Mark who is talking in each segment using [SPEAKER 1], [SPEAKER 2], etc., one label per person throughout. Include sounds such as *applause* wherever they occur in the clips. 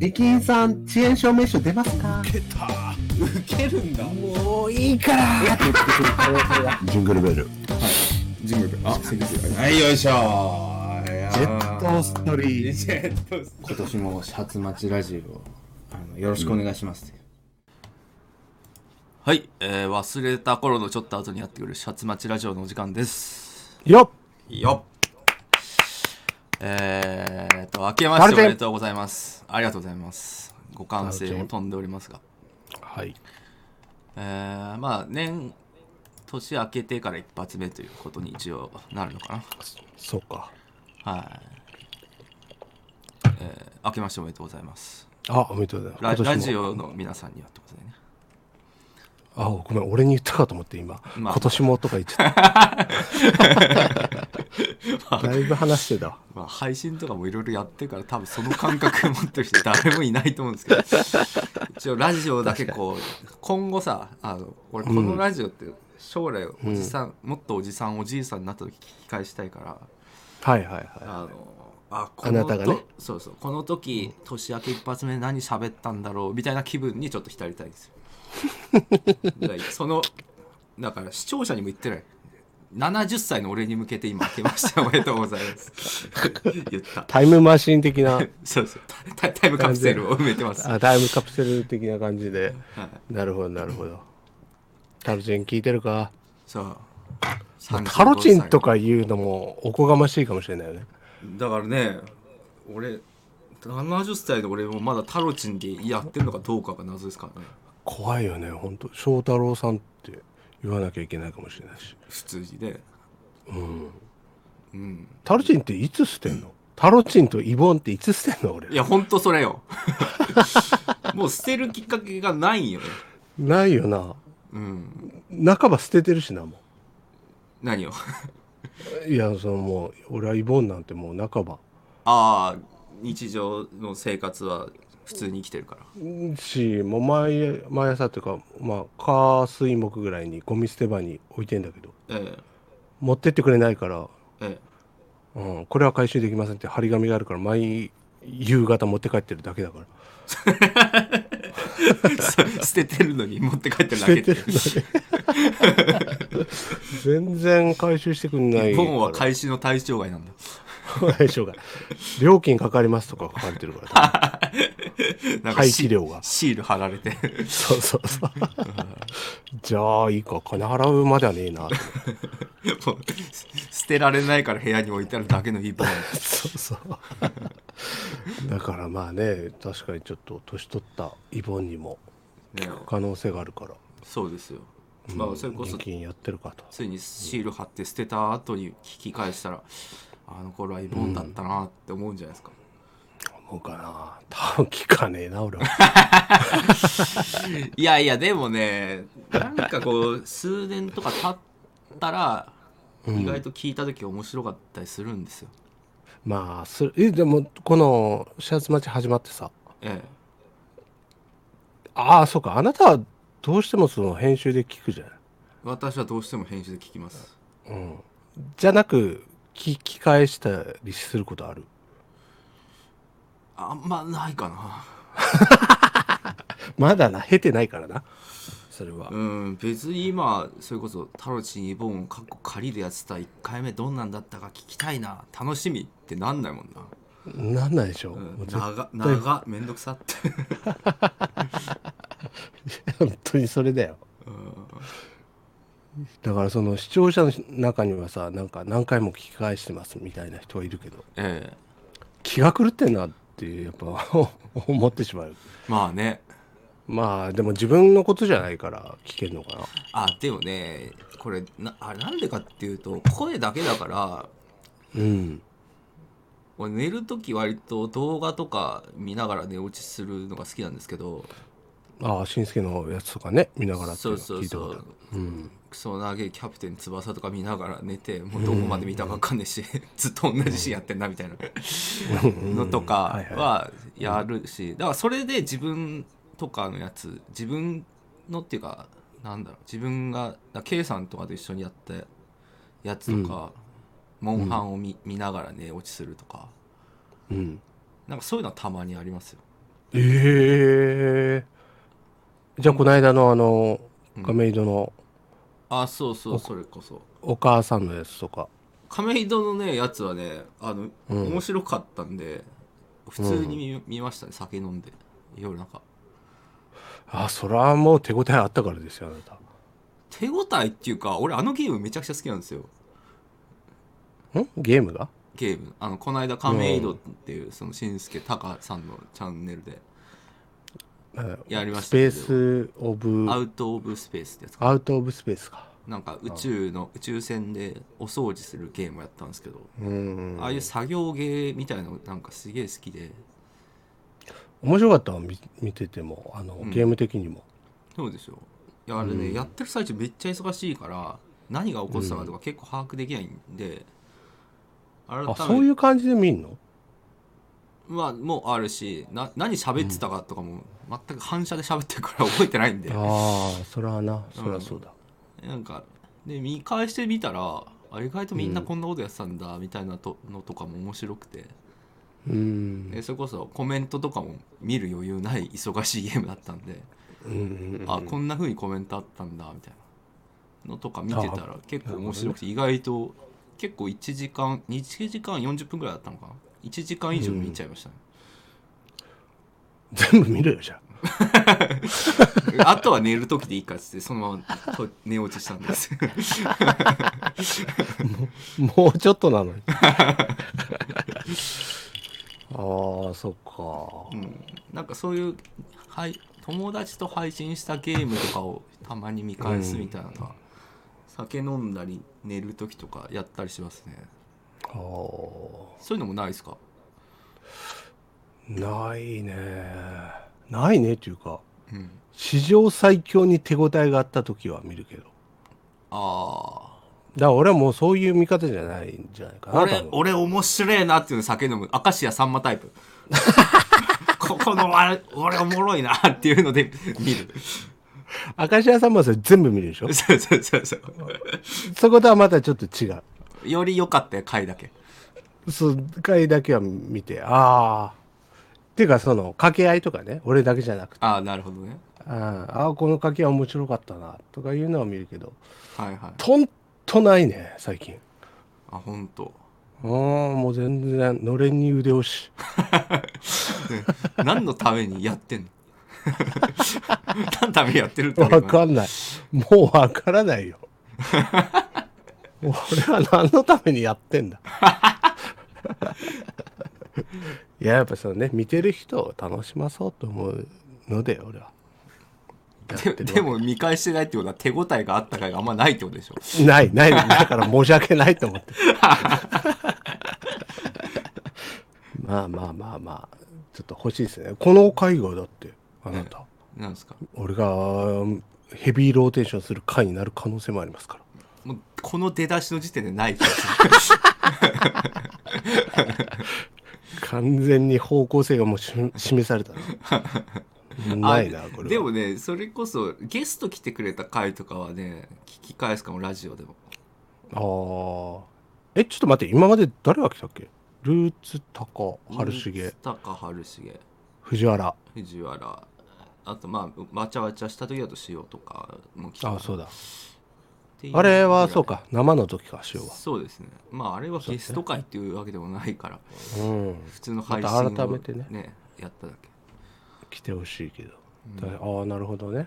[SPEAKER 1] 駅員さん、遅延証明書出ますか
[SPEAKER 2] 受けた
[SPEAKER 3] 受けるんだ
[SPEAKER 1] もういいからって言ってくる可能性が。ジングルベル。
[SPEAKER 3] ジムあ先日
[SPEAKER 2] はい、よいしょ
[SPEAKER 1] ジェットストリート。
[SPEAKER 2] ジェットス
[SPEAKER 3] 今年もシャツ待ちラジオあのよろしくお願いします、
[SPEAKER 4] はい、えー、忘れた頃のちょっと後にやってくるシャツマチラジオのお時間です。
[SPEAKER 5] よ
[SPEAKER 4] よっえーっと、明けましておめでとうございます。ありがとうございます。ご完成を飛んでおりますが。
[SPEAKER 5] はい。
[SPEAKER 4] えー、まあ、年、年明けてから一発目ということに一応なるのか
[SPEAKER 5] そうか。
[SPEAKER 4] な。はい。えー、明けましておめでとうございます。
[SPEAKER 5] あ、おめでとうございま
[SPEAKER 4] ラ
[SPEAKER 5] す。
[SPEAKER 4] ラジ
[SPEAKER 5] オ。
[SPEAKER 4] オの皆さんにはってことでね。
[SPEAKER 5] あ、ごめん、俺に言ったかと思って今。
[SPEAKER 4] まあ
[SPEAKER 5] 今年もとか言っち
[SPEAKER 4] *laughs*
[SPEAKER 5] ゃった。だいぶ話してたわ。
[SPEAKER 4] まあ、配信とかもいろいろやってるから多分その感覚持ってる人誰もいないと思うん *laughs* ですけど一応ラジオだけこう今後さあの俺このラジオって将来おじさん、もっとおじさんおじいさんになった時聞き返したいから
[SPEAKER 5] はいはいは
[SPEAKER 4] あのあこ
[SPEAKER 5] あなたがね
[SPEAKER 4] とそうそうこの時年明け一発目何喋ったんだろうみたいな気分にちょっと浸りたいんですよだ
[SPEAKER 5] *laughs*
[SPEAKER 4] からそのだから視聴者にも言ってない70歳の俺に向けて今明けまして *laughs* おめでとうございます言った
[SPEAKER 5] い。タイムマシン
[SPEAKER 4] *laughs*
[SPEAKER 5] 的な、
[SPEAKER 4] そうそうタイタイムカプセルを埋めてます。
[SPEAKER 5] あタイムカプセル的な感じで。
[SPEAKER 4] はい
[SPEAKER 5] なるほどなるほど。タロチン聞いてるか
[SPEAKER 4] そう。
[SPEAKER 5] タロチンと
[SPEAKER 4] 35
[SPEAKER 5] か言うのもおこがましいかもしれないよね。
[SPEAKER 4] 歳。だからね、俺、70歳で俺もまだタロチンでやってるのかどうかが謎ですからね。
[SPEAKER 5] 怖いよね、ほんと。翔太郎さんって言わなきゃいけないかもしれないし。
[SPEAKER 4] 普通にね。うん。うん。
[SPEAKER 5] タロチンっていつ捨てんのタロチンとイボンっていつ捨てんの俺
[SPEAKER 4] いや、ほんとそれよ。 *laughs* もう捨てるきっかけがないんよね。
[SPEAKER 5] ないよな
[SPEAKER 4] うん。
[SPEAKER 5] 半ば捨ててるしなも
[SPEAKER 4] 何を。 *laughs*
[SPEAKER 5] ういやそのもう俺はイボンなんてもう半ば
[SPEAKER 4] ああ、日常の生活は普通に生きてるから。
[SPEAKER 5] しもう毎毎朝っていうかまあ火水木ぐらいにゴミ捨て場に置いてんだけど
[SPEAKER 4] え
[SPEAKER 5] 持ってってくれないから、
[SPEAKER 4] え。え
[SPEAKER 5] うん、これは回収できませんって張り紙があるから毎夕方持って帰ってるだけだから
[SPEAKER 4] え。 *laughs* そ捨ててるのに *laughs* 持って帰ってるだ
[SPEAKER 5] 捨
[SPEAKER 4] け
[SPEAKER 5] て
[SPEAKER 4] っていう
[SPEAKER 5] てるだけ全然回収してくんない
[SPEAKER 4] 日
[SPEAKER 5] から
[SPEAKER 4] 本は開始の対象外なんだ
[SPEAKER 5] *laughs* 回収が料金かかりますとか書かれてるから多分
[SPEAKER 4] なんか
[SPEAKER 5] 廃
[SPEAKER 4] シ
[SPEAKER 5] 棄量が
[SPEAKER 4] シール貼られて *laughs*
[SPEAKER 5] そうそうそう。じゃあ、いいか、金払うまではねえな。
[SPEAKER 4] もうす捨てられないから部屋に置いてあるだけの
[SPEAKER 5] *laughs*
[SPEAKER 4] 一本
[SPEAKER 5] そうそう。だからまあね、確かにちょっと年取ったイボンにも
[SPEAKER 4] ね
[SPEAKER 5] 可能性があるから、
[SPEAKER 4] そうですよまあそれこそ
[SPEAKER 5] 年金やってるかと。
[SPEAKER 4] ついにシール貼って捨てた後に聞き返したらあの頃はイボンだったなって思うんじゃないですか、
[SPEAKER 5] 思うかな。多分聞かねえな、俺は。 *laughs*
[SPEAKER 4] いやいやでもねなんかこう数年とか経ったら意外と聞いた時面白かったりするんですよ、
[SPEAKER 5] まあ、すえ、でも、この始発待ち始まってさ、
[SPEAKER 4] ええ
[SPEAKER 5] ああ、そうか、あなたはどうしてもその編集で聞くじゃない。
[SPEAKER 4] 私はどうしても編集で聞きます
[SPEAKER 5] うん。じゃなく、聞き返したりすることある
[SPEAKER 4] あんまないかな
[SPEAKER 5] まだな、経てないからな。それは。
[SPEAKER 4] うん別に今それこそ「タロチンイボン」かっこ仮でやってた1回目どんなんだったか聞きたいな楽しみってなんないもんな、
[SPEAKER 5] なんないでしょ、
[SPEAKER 4] うん
[SPEAKER 5] もう絶
[SPEAKER 4] 長長めんどくさって
[SPEAKER 5] *laughs* 本当にそれだよ
[SPEAKER 4] うん
[SPEAKER 5] だからその視聴者の中にはさなんか何回も聞き返してますみたいな人はいるけど
[SPEAKER 4] *laughs* ええ
[SPEAKER 5] 気が狂ってんなってやっぱ *laughs* 思ってしまう
[SPEAKER 4] まあね
[SPEAKER 5] まあでも自分のことじゃないから聞けるのかな
[SPEAKER 4] あでもねこれなあなんでかっていうと声だけだから
[SPEAKER 5] うん
[SPEAKER 4] 俺寝る時割と動画とか見ながら寝落ちするのが好きなんですけど
[SPEAKER 5] ああしんすけのやつとかね見ながらってい
[SPEAKER 4] そうう
[SPEAKER 5] の
[SPEAKER 4] そ
[SPEAKER 5] 聞
[SPEAKER 4] う
[SPEAKER 5] いた
[SPEAKER 4] そ
[SPEAKER 5] ことあ
[SPEAKER 4] う
[SPEAKER 5] る、うん、
[SPEAKER 4] クソ長げキャプテン翼とか見ながら寝てもうどこまで見たかわかんねえし *laughs* ずっと同じシーンやってんなみたいなのとかはやるしだからそれで自分とかのやつ自分のっていうかなんだろう自分がだから K さんとかと一緒にやったやつとか、モンハンを見,、見ながら寝落ちするとか
[SPEAKER 5] うん、
[SPEAKER 4] なんかそういうのはたまにありますよ
[SPEAKER 5] ええじゃあこの間のあの
[SPEAKER 4] うん
[SPEAKER 5] 亀戸の
[SPEAKER 4] あそうそうそれこそ
[SPEAKER 5] お母さんのやつとか、
[SPEAKER 4] 亀戸のねやつはねあの、
[SPEAKER 5] うん
[SPEAKER 4] 面白かったんで普通に見,、見ましたね酒飲んで夜なんか
[SPEAKER 5] あそれはもう手応えあったからですよあなた
[SPEAKER 4] 手応えっていうか俺あのゲームめちゃくちゃ好きなんですよ
[SPEAKER 5] んゲームが
[SPEAKER 4] ゲームあのこの間亀戸っていう、そのしんすけたかさんのチャンネルでやりまし
[SPEAKER 5] ス
[SPEAKER 4] た
[SPEAKER 5] ペ
[SPEAKER 4] けど
[SPEAKER 5] ースオブ
[SPEAKER 4] アウト・オブ・スペースってやつか
[SPEAKER 5] アウト・オブ・スペースか
[SPEAKER 4] なんか宇宙の宇宙船でお掃除するゲームやったんですけど、
[SPEAKER 5] うん
[SPEAKER 4] ああいう作業ゲーみたいのなんかすげえ好きで
[SPEAKER 5] 面白かったわ見見ててもあの
[SPEAKER 4] ん
[SPEAKER 5] ゲーム的にも、
[SPEAKER 4] そうでしょいやあれね、やってる最中めっちゃ忙しいから何が起こってたかとか結構把握できないんで、改め
[SPEAKER 5] あそういう感じで見んの
[SPEAKER 4] まあもうあるしな何喋ってたかとかも全く反射で喋ってるから *laughs* 覚えてないんで、
[SPEAKER 5] ああそれはなそりゃそうだ、
[SPEAKER 4] なんかで見返してみたらあ意外とみんなこんなことやってたんだみたいなと、のとかも面白くて
[SPEAKER 5] うん
[SPEAKER 4] でそれこそコメントとかも見る余裕ない忙しいゲームだったんで、
[SPEAKER 5] うんうん
[SPEAKER 4] あこんな風にコメントあったんだみたいなのとか見てたら結構面白くて意外と結構1時間1時間40分ぐらいだったのかな1時間以上見ちゃいましたね、
[SPEAKER 5] 全部見るよ
[SPEAKER 4] *laughs*
[SPEAKER 5] じゃあ *laughs*
[SPEAKER 4] あとは寝る時でいいかっつってそのままと寝落ちしたんです *laughs*
[SPEAKER 5] もうちょっと
[SPEAKER 4] *laughs*
[SPEAKER 5] なのにああそっか
[SPEAKER 4] うんなんかそういう、はい、友達と配信したゲームとかをたまに見返すみたいなのが、酒飲んだり寝る時とかやったりしますね
[SPEAKER 5] ああ
[SPEAKER 4] そういうのもないですか
[SPEAKER 5] ないねないねっていうか
[SPEAKER 4] うん
[SPEAKER 5] 史上最強に手応えがあった時は見るけどだか
[SPEAKER 4] あ
[SPEAKER 5] ら俺はもうそういう見方じゃないんじゃないか
[SPEAKER 4] あ
[SPEAKER 5] な多
[SPEAKER 4] 俺
[SPEAKER 5] 分
[SPEAKER 4] 俺面白えなっていうの酒飲む明石家さんまタイ
[SPEAKER 5] *laughs*
[SPEAKER 4] プここのあれ俺おもろいなっていうので見る
[SPEAKER 5] 明石家さんまさん全部見るでしょ
[SPEAKER 4] そうそうそうそう
[SPEAKER 5] そことはまたちょっと違う
[SPEAKER 4] より良かった回だけ
[SPEAKER 5] そう回だけは見てああっていうかその掛け合いとかね俺だけじゃなくて
[SPEAKER 4] ああなるほどね
[SPEAKER 5] あーあーこの掛け合い面白かったなとかいうのは見るけど
[SPEAKER 4] はいはい
[SPEAKER 5] とんとないね最近
[SPEAKER 4] あ本当。
[SPEAKER 5] ああもう全然のれんに腕押し
[SPEAKER 4] ね何のためにやってんの *laughs* 何のためにやってるんだろう
[SPEAKER 5] わ
[SPEAKER 4] 今
[SPEAKER 5] かんない。もうわからないよ。俺は何のためにやってんだ。いや、やっぱそのね、見てる人を楽しまそうと思うので、俺は。
[SPEAKER 4] ででも見返してないってことは手応えがあったかいがあんまないってことでしょ
[SPEAKER 5] ない、ない、だから申し訳ないと思って。まあまあまあまあ、ちょっと欲しいですね。この会がだって、あなた、
[SPEAKER 4] なんですか
[SPEAKER 5] 俺がヘビーローテーションする会になる可能性もありますから。
[SPEAKER 4] もうこの出だしの時点でない気がす
[SPEAKER 5] 完全に方向性がもうし示され *laughs* たな
[SPEAKER 4] る
[SPEAKER 5] ないな
[SPEAKER 4] あ
[SPEAKER 5] これ
[SPEAKER 4] で
[SPEAKER 5] は
[SPEAKER 4] もねそれこそゲスト来てくれた回とかはね聞き返すかもラジオでも
[SPEAKER 5] ああえちょっと待って今まで誰が来たっけルーツタカ春重
[SPEAKER 4] 高春重
[SPEAKER 5] 藤原
[SPEAKER 4] 藤原あとまあわちゃわちゃした時だと塩とかも来た
[SPEAKER 5] あそうだ
[SPEAKER 4] っていう
[SPEAKER 5] あれ
[SPEAKER 4] ぐ
[SPEAKER 5] は
[SPEAKER 4] らい
[SPEAKER 5] そうか生の時か塩は
[SPEAKER 4] そうですねまああれはゲスト回っていうわけでもないから
[SPEAKER 5] うん
[SPEAKER 4] 普通の配信
[SPEAKER 5] ま
[SPEAKER 4] を、
[SPEAKER 5] た改めてね
[SPEAKER 4] やっただけ
[SPEAKER 5] 来てほしいけど、だああなるほどね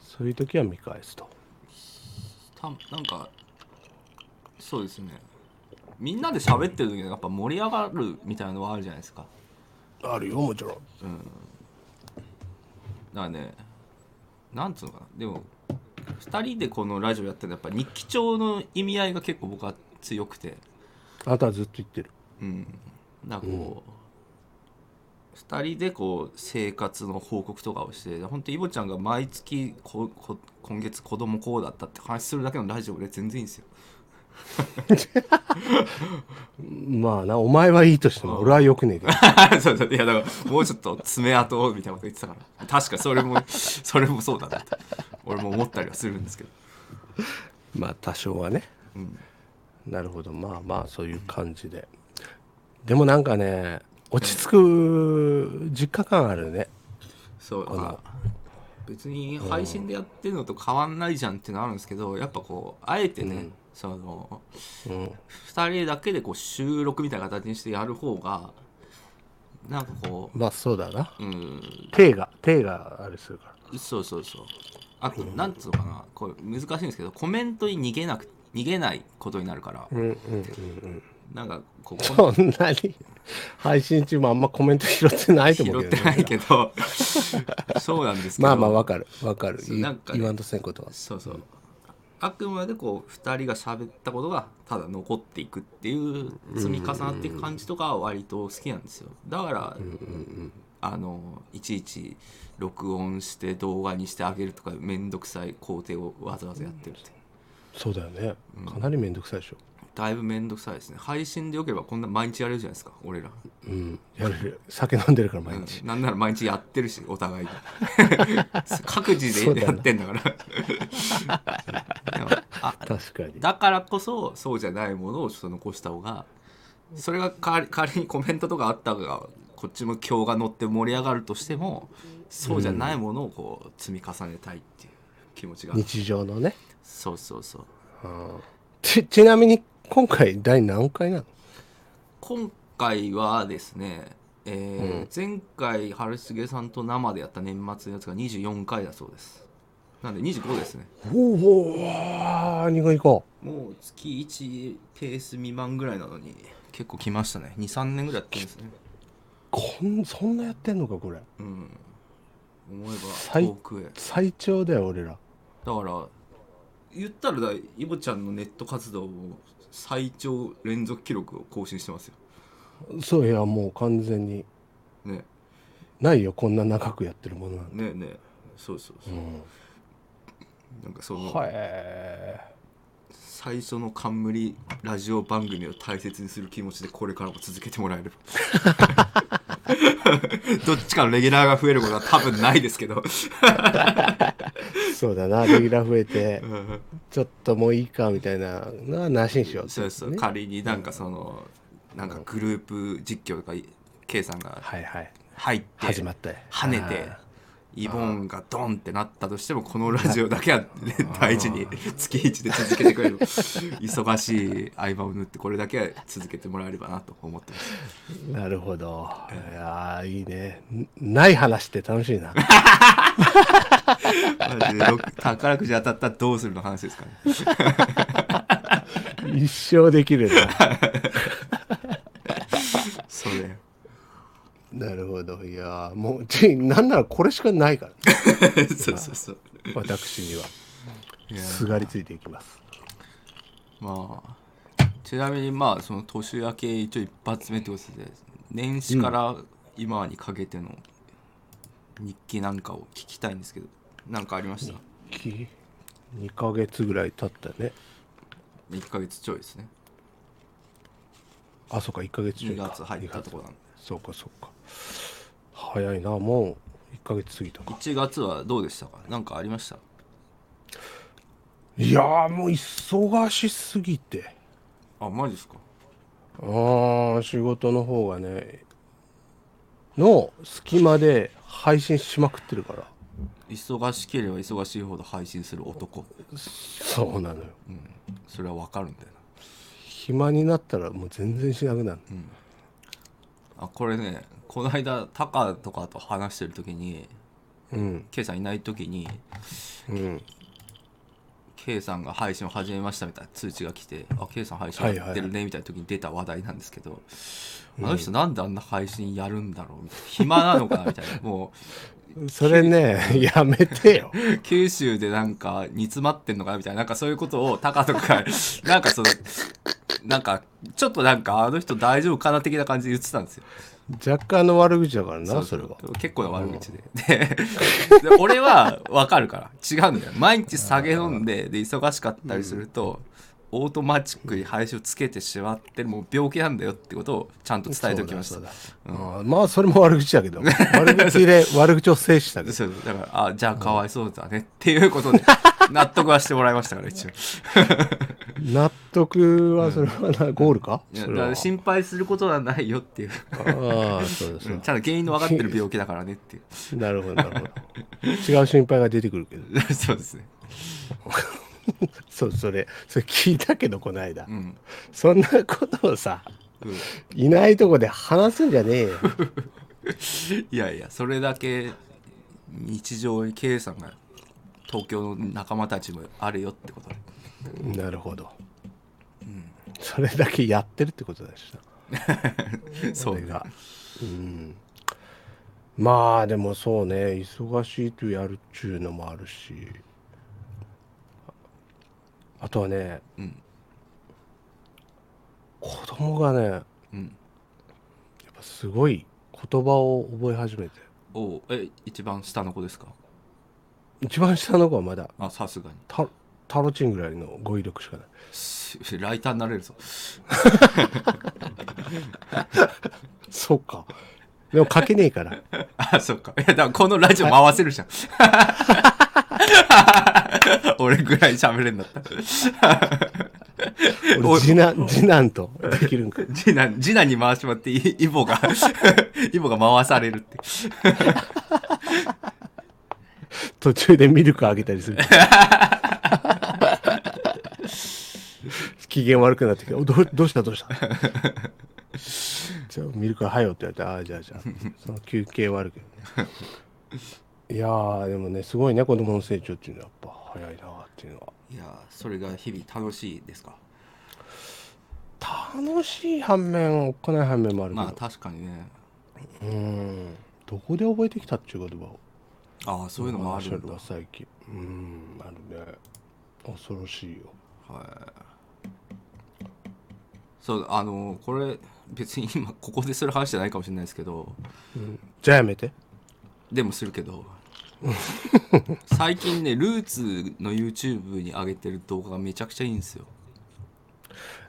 [SPEAKER 5] そういう時は見返すと
[SPEAKER 4] たなんかそうですねみんなで喋ってる時にやっぱ盛り上がるみたいなのはあるじゃないですか
[SPEAKER 5] あるよもちろん
[SPEAKER 4] だからねなんつうのかなでも2人でこのラジオやってるのはやっぱ日記帳の意味合いが結構僕は強くて
[SPEAKER 5] あなたはずっと言ってる
[SPEAKER 4] うんだからこう、2人でこう生活の報告とかをして本当イボちゃんが毎月ここ今月子供こうだったって話するだけのラジオで全然いいんですよ *laughs*
[SPEAKER 5] まあなお前はいいとしても俺はよくねえけど
[SPEAKER 4] そうそういやだからもうちょっと爪痕をみたいなこと言ってたから確かそれもそれもそうだなって俺も思ったりはするんですけど
[SPEAKER 5] まあ多少はね
[SPEAKER 4] うん
[SPEAKER 5] なるほどまあまあそういう感じででもなんかね落ち着く実家感あるね
[SPEAKER 4] そう
[SPEAKER 5] この
[SPEAKER 4] あ別に配信でやってるのと変わんないじゃんっていうのあるんですけどやっぱこうあえてね、その
[SPEAKER 5] うん
[SPEAKER 4] 2人だけでこう収録みたいな形にしてやる方がなんかこ
[SPEAKER 5] まあそうだな
[SPEAKER 4] う、うん、
[SPEAKER 5] 手が手があれするから
[SPEAKER 4] そうそうそうあとなんつうのかなこれ難しいんですけどコメントに逃げなく逃げないことになるから、
[SPEAKER 5] うんうんうん
[SPEAKER 4] なんかこう
[SPEAKER 5] うんそんなに配信中もあんまコメント拾ってないと思
[SPEAKER 4] 拾
[SPEAKER 5] う
[SPEAKER 4] って
[SPEAKER 5] けど、
[SPEAKER 4] ないけ
[SPEAKER 5] *laughs*
[SPEAKER 4] どそうなんですけど
[SPEAKER 5] まあまあわかるわかる
[SPEAKER 4] そう
[SPEAKER 5] い
[SPEAKER 4] なんかね
[SPEAKER 5] 言わんとせんことは
[SPEAKER 4] そうそうあくまでこう2人が喋ったことがただ残っていくっていう積み重なっていく感じとかは割と好きなんですよだからあのいちいち録音して動画にしてあげるとかめんどくさい工程をわざわざやってるって
[SPEAKER 5] そうだよねかなりめんどくさいでしょ
[SPEAKER 4] だいぶめんどくさいですね配信でよければこんな毎日やれるじゃないですか俺ら、
[SPEAKER 5] うんやれる酒飲んでるから毎日、
[SPEAKER 4] うんなんなら毎日やってるしお互いに各自でやってんだからでもあ
[SPEAKER 5] 確かに
[SPEAKER 4] だからこそそうじゃないものをちょっと残した方がそれが代わり代わりにコメントとかあったがこっちも今日が乗って盛り上がるとしてもそうじゃないものをこう積み重ねたいっていう気持ちが、
[SPEAKER 5] 日常のね
[SPEAKER 4] そうそうそう
[SPEAKER 5] うんちちなみに今回第何回なの
[SPEAKER 4] 今回はですね、えー前回春重さんと生でやった年末のやつが24回だそうですなんで25ですね
[SPEAKER 5] おお2回行こ
[SPEAKER 4] もう月1ペース未満ぐらいなのに結構来ましたね23年ぐらいやってるんですね
[SPEAKER 5] うこんそんなやってんのかこれ
[SPEAKER 4] うん思えば
[SPEAKER 5] 最
[SPEAKER 4] 遠くへだか
[SPEAKER 5] 最長だよ俺ら
[SPEAKER 4] ら言ったらだイボちゃんのネット活動も最長連続記録を更新してますよ
[SPEAKER 5] そういやもう完全に
[SPEAKER 4] ね
[SPEAKER 5] ないよこんな長くやってるものなんて
[SPEAKER 4] ねねそうそうそう、なんかその
[SPEAKER 5] はいへ
[SPEAKER 4] 最初の冠ラジオ番組を大切にする気持ちでこれからも続けてもらえれば *laughs* どっちかのレギュラーが増えることは多分ないですけど
[SPEAKER 5] えそうだなレギュラー増えて
[SPEAKER 4] *laughs* うん
[SPEAKER 5] ちょっともういいかみたいなのはなしにしようって
[SPEAKER 4] そうそう、仮になんかその、なんかグループ実況とか K さんが
[SPEAKER 5] はいはい
[SPEAKER 4] 入って
[SPEAKER 5] 始まって
[SPEAKER 4] 跳ねてイボンがドンってなったとしてもこのラジオだけは大事 *laughs* に月一で続けてくれる忙しい合間を縫ってこれだけは続けてもらえればなと思ってます
[SPEAKER 5] なるほどいやーいいねんない話って楽し
[SPEAKER 4] *laughs*
[SPEAKER 5] いな
[SPEAKER 4] マジでろく宝くじ当たったらどうするの話ですかね
[SPEAKER 5] 一生できる
[SPEAKER 4] それ
[SPEAKER 5] ななるほどいやーもうちなんならこれしかな
[SPEAKER 4] *laughs*
[SPEAKER 5] いから
[SPEAKER 4] そうそう *laughs* そう
[SPEAKER 5] 私にはい
[SPEAKER 4] や
[SPEAKER 5] すがりついていきます
[SPEAKER 4] まあちなみにまあその年明け一応一発目ってことで年始から今にかけての日記なんかを聞きたいんですけどなんかありました
[SPEAKER 5] き2ヶ月ぐらい経ったね
[SPEAKER 4] 1ヶ月ちょいですね
[SPEAKER 5] あそうか1ヶ月中
[SPEAKER 4] 2月入ったとこなんで
[SPEAKER 5] そうかそうか早いなもう1ヶ月過ぎたか
[SPEAKER 4] 1月はどうでしたかなんかありました
[SPEAKER 5] いやーもう忙しすぎて
[SPEAKER 4] あマジですか
[SPEAKER 5] あー仕事の方がねの隙間で配信しまくってるから
[SPEAKER 4] 忙しければ忙しいほど配信する男
[SPEAKER 5] そうなのよ
[SPEAKER 4] それはわかるんだよ
[SPEAKER 5] 暇になったらもう全然しなくなる、
[SPEAKER 4] なあこれねこの間タカとかと話してる時に
[SPEAKER 5] うん、
[SPEAKER 4] K さんいない時に
[SPEAKER 5] うん、
[SPEAKER 4] K さんが配信を始めましたみたいな通知が来て「あ K さん配信
[SPEAKER 5] はいはい
[SPEAKER 4] やってるね」みたいな時に出た話題なんですけど、あの人なんであんな配信やるんだろうみたいな暇なのかなみたいなも
[SPEAKER 5] それねやめてよ
[SPEAKER 4] う九州でなんか煮詰まってんのかなみたいななんかそういうことをタカと
[SPEAKER 5] *laughs*
[SPEAKER 4] かなんかそのなんかちょっとなんかあの人大丈夫かな的な感じで言ってたんですよ。
[SPEAKER 5] 若干の悪口だからなそれは
[SPEAKER 4] 結構な悪口で。で、で俺は分かるから。違うんだよ。毎日酒飲んで、で、忙しかったりすると、オートマチックに配信をつけてしまって、もう病気なんだよってことをちゃんと伝えておきました。そ
[SPEAKER 5] そ
[SPEAKER 4] うう
[SPEAKER 5] だそうだあーまあそれも悪口だ
[SPEAKER 4] *laughs*
[SPEAKER 5] けど悪口で悪口を制したけど *laughs*
[SPEAKER 4] だから、あ、じゃあかわいそうだねっていうことで、納得はしてもらいましたから一応
[SPEAKER 5] 納得はそれはな、ゴールか
[SPEAKER 4] いや
[SPEAKER 5] そ
[SPEAKER 4] だ
[SPEAKER 5] れ
[SPEAKER 4] か
[SPEAKER 5] は
[SPEAKER 4] ら心配することはないよっていう、 *laughs*
[SPEAKER 5] ああそうです
[SPEAKER 4] うんちゃんと原因の分かってる病気だからねっていう
[SPEAKER 5] なるほどなるほど違う心配が出てくるけど
[SPEAKER 4] そう *laughs* ですね
[SPEAKER 5] そうそれそれ聞いたけどこの間、
[SPEAKER 4] うん、
[SPEAKER 5] そんなことをさ
[SPEAKER 4] うん
[SPEAKER 5] いないとこで話すんじゃねえ
[SPEAKER 4] *laughs*
[SPEAKER 5] よ
[SPEAKER 4] いやいやそれだけ日常に K さんが東京の仲間たちもあるよってことで
[SPEAKER 5] なるほど、それだけやってるってことだしな *laughs*
[SPEAKER 4] そう
[SPEAKER 5] が、うん、まあでもそうね忙しいとやるっちゅうのもあるしあとはね、
[SPEAKER 4] うん
[SPEAKER 5] 子供がねやっ
[SPEAKER 4] うん
[SPEAKER 5] ぱすごい言葉を覚え始めて
[SPEAKER 4] おうえ一番下の子ですか
[SPEAKER 5] 一番下の子はまだ
[SPEAKER 4] あさすがに
[SPEAKER 5] タタロチンぐらいの語彙力しかない
[SPEAKER 4] しライターにな *laughs* れるぞ
[SPEAKER 5] そうかでも書けねえから
[SPEAKER 4] *laughs* あそっかいやだからこのラジオ回せるじゃん *laughs* 俺ぐらい喋れんだったお
[SPEAKER 5] 俺次男次男とできるんか
[SPEAKER 4] 次男次男に回してもらっていイボが *laughs* イボが回されるって
[SPEAKER 5] 途中でミルクあげた
[SPEAKER 4] *laughs*
[SPEAKER 5] りする機嫌悪くなってきて「おどうどうしたどうした?」じゃあミルクはよって言われて「ああじゃあじゃあ」その休憩はあるけどねいやーでもねすごいね子供の成長っていうのはやっぱ早いなーっていうの
[SPEAKER 4] いやそれが日々楽しいですか
[SPEAKER 5] は楽しい反面おっかない反面もあるけど、
[SPEAKER 4] まあ確かにね
[SPEAKER 5] うーんどこで覚えてきたっていう言葉を
[SPEAKER 4] ああそういうのもあるんだ
[SPEAKER 5] は最近うーんあるね恐ろしいよ
[SPEAKER 4] そうあのこれ別に今ここでする話じゃないかもしれないですけど
[SPEAKER 5] じゃあやめて
[SPEAKER 4] でもするけど *laughs* 最近ねルーツの YouTube に上げてる動画がめちゃくちゃいいんですよ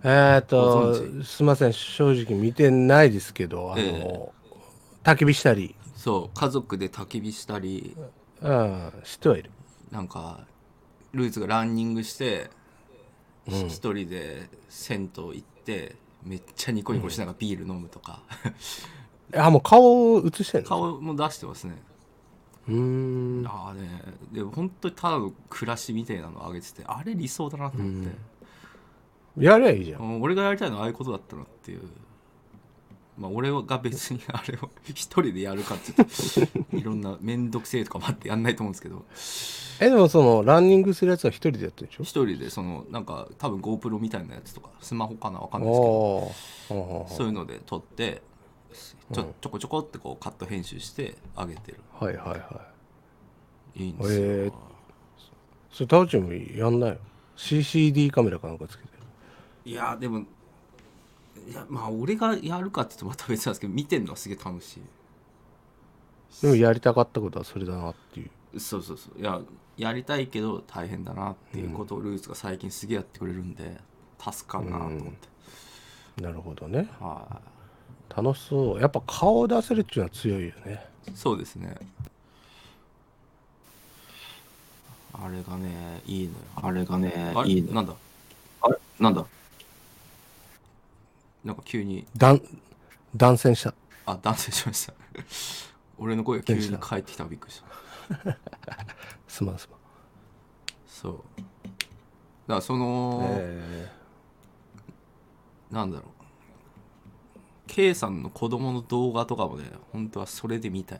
[SPEAKER 5] えー、っ
[SPEAKER 4] ご
[SPEAKER 5] と
[SPEAKER 4] 存
[SPEAKER 5] すみません正直見てないですけどあの、
[SPEAKER 4] え
[SPEAKER 5] 焚き火したり、
[SPEAKER 4] そう家族で焚き火したり
[SPEAKER 5] うん、知ってはいる
[SPEAKER 4] なんかルーツがランニングしてひ一人で銭湯行ってめっちゃニコニコしながらビール飲むと *laughs* か
[SPEAKER 5] あもう顔を映してんの
[SPEAKER 4] 顔も出してますね
[SPEAKER 5] うーん
[SPEAKER 4] ああねでも本当にただの暮らしみたいなのを上げててあれ理想だなと思って、
[SPEAKER 5] やりゃいいじゃん
[SPEAKER 4] うん俺がやりたいのはああいうことだったなっていうまあ俺が別
[SPEAKER 5] *laughs*
[SPEAKER 4] にあれを一人でやるかっていうといろんな面倒くせえとかもあってやんないと思うんですけど
[SPEAKER 5] えでもそのランニングするやつは一人でやってるでしょ
[SPEAKER 4] 一人でそのなんか多分 GoPro みたいなやつとかスマホかなわかんないですけど
[SPEAKER 5] おお
[SPEAKER 4] そういうので撮ってちょちょこちょこってこうカット編集して上げてる
[SPEAKER 5] はいはいはい
[SPEAKER 4] いいんですよ、
[SPEAKER 5] へえそれタオチもやんないよ CCD カメラかなんかつけて
[SPEAKER 4] いやでもいやまあ俺がやるかって言うとまた別なんですけど見てるのはすげえ楽し
[SPEAKER 5] でもやりたかったことはそれだなっていう
[SPEAKER 4] いそうそうそういややりたいけど大変だなっていうことをルーツが最近すげえやってくれるんで助かるなと思って、
[SPEAKER 5] なるほどね
[SPEAKER 4] は
[SPEAKER 5] 楽しそうやっぱ顔を出せるっていうのは強いよね
[SPEAKER 4] いそうですねあれがねいいのよ
[SPEAKER 1] あれがね
[SPEAKER 4] あれ
[SPEAKER 1] いいね
[SPEAKER 4] なんだ
[SPEAKER 1] あれなんだ
[SPEAKER 4] なんか急に
[SPEAKER 5] 断断線した
[SPEAKER 4] あ断線しました *laughs* 俺の声が急に帰ってきたのびっくりした
[SPEAKER 5] すまんすまん
[SPEAKER 4] そうだからその、なんだろう K さんの子供の動画とかもね本当はそれで見たい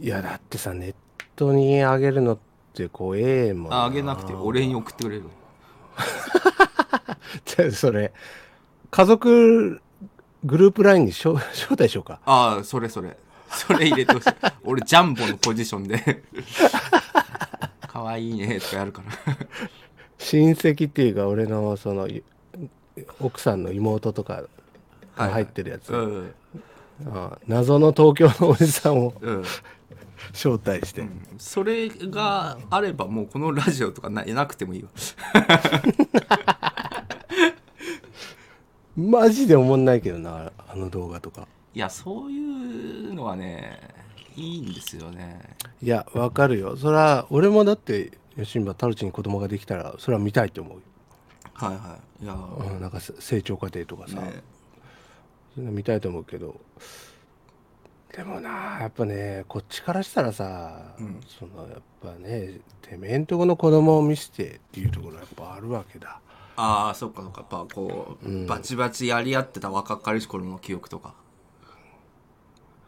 [SPEAKER 5] いやだってさネットに上げるのって怖えもん
[SPEAKER 4] ああげなくて俺に送ってくれる
[SPEAKER 5] て *laughs* それ家族グループ LINE に招 *laughs* 招待しようか
[SPEAKER 4] ああそれそれそれ入れて *laughs* ほしい俺ジャンボのポジションでかわいいねとかやるから
[SPEAKER 5] 親戚っていうか俺のそのい奥さんの妹とかが入ってるやつ、
[SPEAKER 4] うん
[SPEAKER 5] ああ謎の東京のおじさんを *laughs*
[SPEAKER 4] うん
[SPEAKER 5] 招待して、
[SPEAKER 4] それがあればもうこのラジオとかななくてもいいわ
[SPEAKER 5] マジでおもんないけどなあの動画とか
[SPEAKER 4] いやそういうのはねいいんですよね
[SPEAKER 5] いや、わかるよ。それは、俺もだって、吉村タルチに子供ができたら、それは見たいと思うよ。
[SPEAKER 4] はいはいいやー
[SPEAKER 5] うん、なんかせ成長過程とかさ、
[SPEAKER 4] ね
[SPEAKER 5] そういうの見たいと思うけど、でもなあ、やっぱね、こっちからしたらさ、
[SPEAKER 4] うん
[SPEAKER 5] そのやっぱね、てめえんとこの子供を見せてっていうところはやっぱあるわけだ。
[SPEAKER 4] ああそっかそっかやっぱこう、バチバチやり合ってた若かりし頃の記憶とか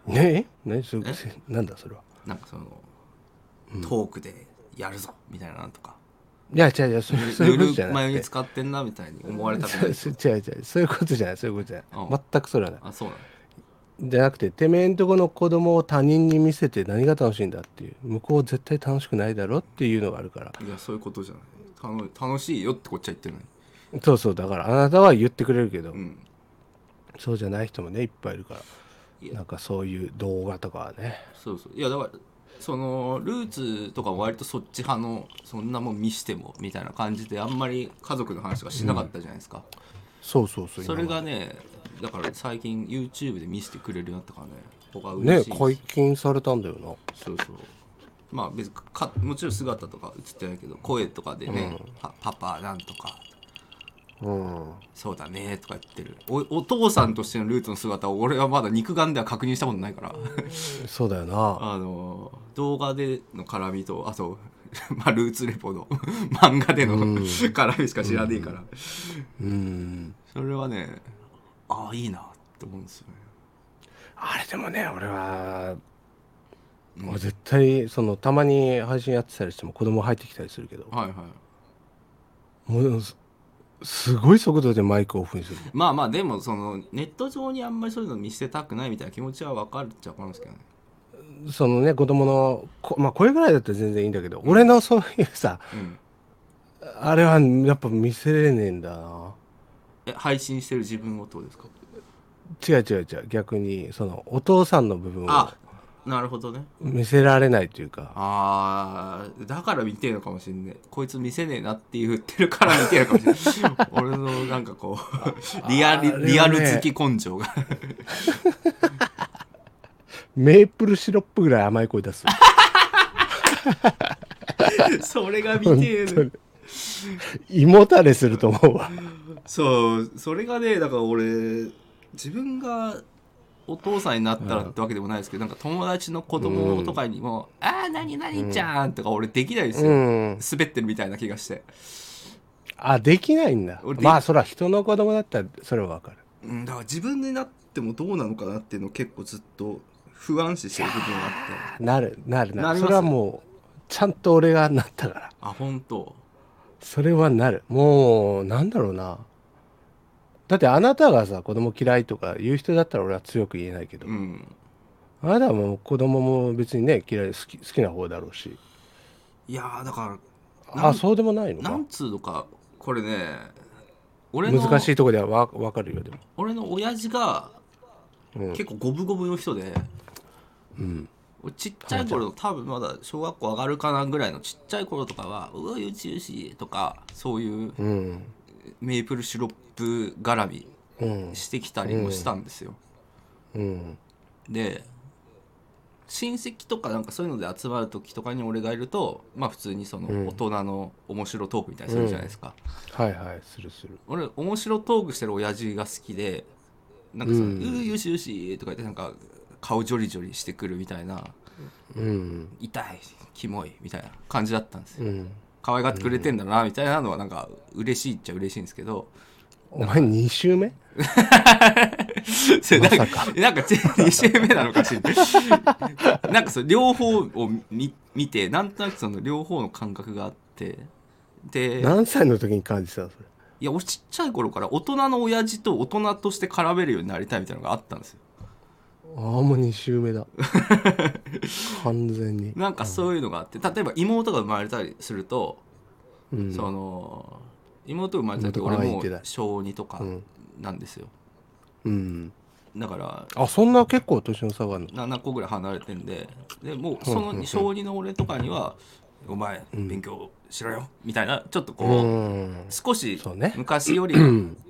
[SPEAKER 5] ねえねそれなんだそれは。
[SPEAKER 4] なんかその、トークでやるぞみたいなのとか
[SPEAKER 5] いや、違う違う、そうそういうこと
[SPEAKER 4] ぬ
[SPEAKER 5] じゃ
[SPEAKER 4] る
[SPEAKER 5] な
[SPEAKER 4] ま湯
[SPEAKER 5] い
[SPEAKER 4] に使ってんなみたいに思われたく
[SPEAKER 5] *laughs*
[SPEAKER 4] ないです
[SPEAKER 5] 違う違う、そういうことじゃない、そういうことじゃな
[SPEAKER 4] う
[SPEAKER 5] い
[SPEAKER 4] ん。
[SPEAKER 5] 全くそれはない。
[SPEAKER 4] あそうなの
[SPEAKER 5] じゃなくててめえんとこの子供を他人に見せて何が楽しいんだっていう向こう絶対楽しくないだろっていうのがあるから
[SPEAKER 4] いやそういうことじゃない楽楽しいよってこっちは言ってるのに
[SPEAKER 5] そうそうだからあなたは言ってくれるけど、
[SPEAKER 4] うん
[SPEAKER 5] そうじゃない人もねいっぱいいるから
[SPEAKER 4] いや
[SPEAKER 5] なんかそういう動画とかはね
[SPEAKER 4] そうそういやだからそのルーツとか割とそっち派のそんなもん見してもみたいな感じであんまり家族の話がしなかったじゃないですか、
[SPEAKER 5] そうそうそう
[SPEAKER 4] それ
[SPEAKER 5] 今
[SPEAKER 4] がねだから最近 YouTube で見せてくれるようになったからね僕は嬉
[SPEAKER 5] ね
[SPEAKER 4] しいです
[SPEAKER 5] 解禁されたんだよな
[SPEAKER 4] そうそうまあ別にかもちろん姿とか映ってないけど声とかでね、パパパなんとか
[SPEAKER 5] うん
[SPEAKER 4] そうだねとか言ってるおお父さんとしてのルーツの姿を俺はまだ肉眼では確認したことないから
[SPEAKER 5] そうだよな
[SPEAKER 4] あの動画での絡みとあと、 *laughs* まあ、ルーツレポの *laughs* 漫画での絡みしか知らねえから、
[SPEAKER 5] うん
[SPEAKER 4] それはねああいいなって思うんですよね
[SPEAKER 5] あれでもね俺はもう絶対そのたまに配信やってたりしても子供入ってきたりするけど
[SPEAKER 4] はいはい
[SPEAKER 5] もうすすごい速度でマイクオフにする
[SPEAKER 4] まあまあでもそのネット上にあんまりそういうの見せたくないみたいな気持ちは分かるっちゃ分かるんですけどね
[SPEAKER 5] そのね子供のこまあこれぐらいだったら全然いいんだけど、俺のそういうさ
[SPEAKER 4] うん
[SPEAKER 5] あれはやっぱ見せれねえんだな
[SPEAKER 4] え配信してる自分をってことですか
[SPEAKER 5] 違う違う違う逆にそのお父さんの部分を
[SPEAKER 4] あなるほどね
[SPEAKER 5] 見せられないというか
[SPEAKER 4] あーだから見てるのかもしんねこいつ見せねえなって言ってるから見てるのかもしんね俺のなんかこうリア
[SPEAKER 5] あれは
[SPEAKER 4] ル
[SPEAKER 5] ね
[SPEAKER 4] リアル好き根性が
[SPEAKER 5] メープルシロップぐらい甘い
[SPEAKER 4] *laughs*
[SPEAKER 5] 声出す
[SPEAKER 4] それが見てえの
[SPEAKER 5] 胃もたれすると思うわ
[SPEAKER 4] そうそれがねだから俺自分がお父さんになったらってわけでもないですけど、なんか友達の子供とかにも「ああ何々ちゃん」とか俺できないですよ、
[SPEAKER 5] うん
[SPEAKER 4] 滑ってるみたいな気がして、
[SPEAKER 5] あできないんだ
[SPEAKER 4] 俺でき
[SPEAKER 5] まあそら人の子供だったらそれはわかる
[SPEAKER 4] うん、だから自分になってもどうなのかなっていうのを結構ずっと不安視してる部分があって。
[SPEAKER 5] なるなるな
[SPEAKER 4] なります
[SPEAKER 5] るそれはもうちゃんと俺がなったから
[SPEAKER 4] あ本当
[SPEAKER 5] それはなるもうなんだろうなだってあなたがさ子供嫌いとか言う人だったら俺は強く言えないけど、
[SPEAKER 4] うん
[SPEAKER 5] あなたはもう子供も別にね嫌い好き好きな方だろうし
[SPEAKER 4] いやーだか
[SPEAKER 5] あそうでもないの
[SPEAKER 4] らな
[SPEAKER 5] か
[SPEAKER 4] んつうのかこれね俺の
[SPEAKER 5] 難しいとこではわ分かるよでも
[SPEAKER 4] 俺の親父が
[SPEAKER 5] うん
[SPEAKER 4] 結構五分五分の人で、
[SPEAKER 5] うん
[SPEAKER 4] 俺ちっちゃい頃多分まだ小学校上がるかなぐらいのちっちゃい頃とかは「うわよちよし」とかそういう
[SPEAKER 5] うん
[SPEAKER 4] メープルシロップ絡み
[SPEAKER 5] うん
[SPEAKER 4] してきたりもしたんですよ、
[SPEAKER 5] うん
[SPEAKER 4] で親戚とかなんかそういうので集まる時とかに俺がいるとまあ普通にその大人の面白トークみたいにするじゃないですか、
[SPEAKER 5] はいはいするする
[SPEAKER 4] 俺面白トークしてる親父が好きでなんかその
[SPEAKER 5] う
[SPEAKER 4] うんーよしよし」とか言ってなんか顔ジョリジョリしてくるみたいな
[SPEAKER 5] うん
[SPEAKER 4] 「痛いキモい」みたいな感じだったんですよ
[SPEAKER 5] うん
[SPEAKER 4] 可愛がってくれてんだなみたいなのはなんか嬉しいっちゃ嬉しいんですけど
[SPEAKER 5] お前2週目
[SPEAKER 4] それなんかなんか2週目なのかしら *laughs* なんかその両方を見見てなんとなくその両方の感覚があってで
[SPEAKER 5] 何歳の時に感じたのそれ
[SPEAKER 4] いや俺ちっちゃい頃から大人の親父と大人として絡めるようになりたいみたいなのがあったんですよ
[SPEAKER 5] ああもう2週目だ
[SPEAKER 4] *laughs*
[SPEAKER 5] 完全に
[SPEAKER 4] なんかそういうのがあって例えば妹が生まれたりすると、
[SPEAKER 5] うん
[SPEAKER 4] その妹が生まれた時俺
[SPEAKER 5] 妹可愛い
[SPEAKER 4] も
[SPEAKER 5] ってだ
[SPEAKER 4] う小2とか
[SPEAKER 5] うん
[SPEAKER 4] なんですよ、
[SPEAKER 5] うん
[SPEAKER 4] だから
[SPEAKER 5] あそんな結構年の差があるの
[SPEAKER 4] 7個ぐらい離れてんででもうその小2の俺とかには「お前勉強しろよ」みたいなちょっとこう、
[SPEAKER 5] うん
[SPEAKER 4] 少し
[SPEAKER 5] そうね
[SPEAKER 4] 昔
[SPEAKER 5] *clears throat*
[SPEAKER 4] より、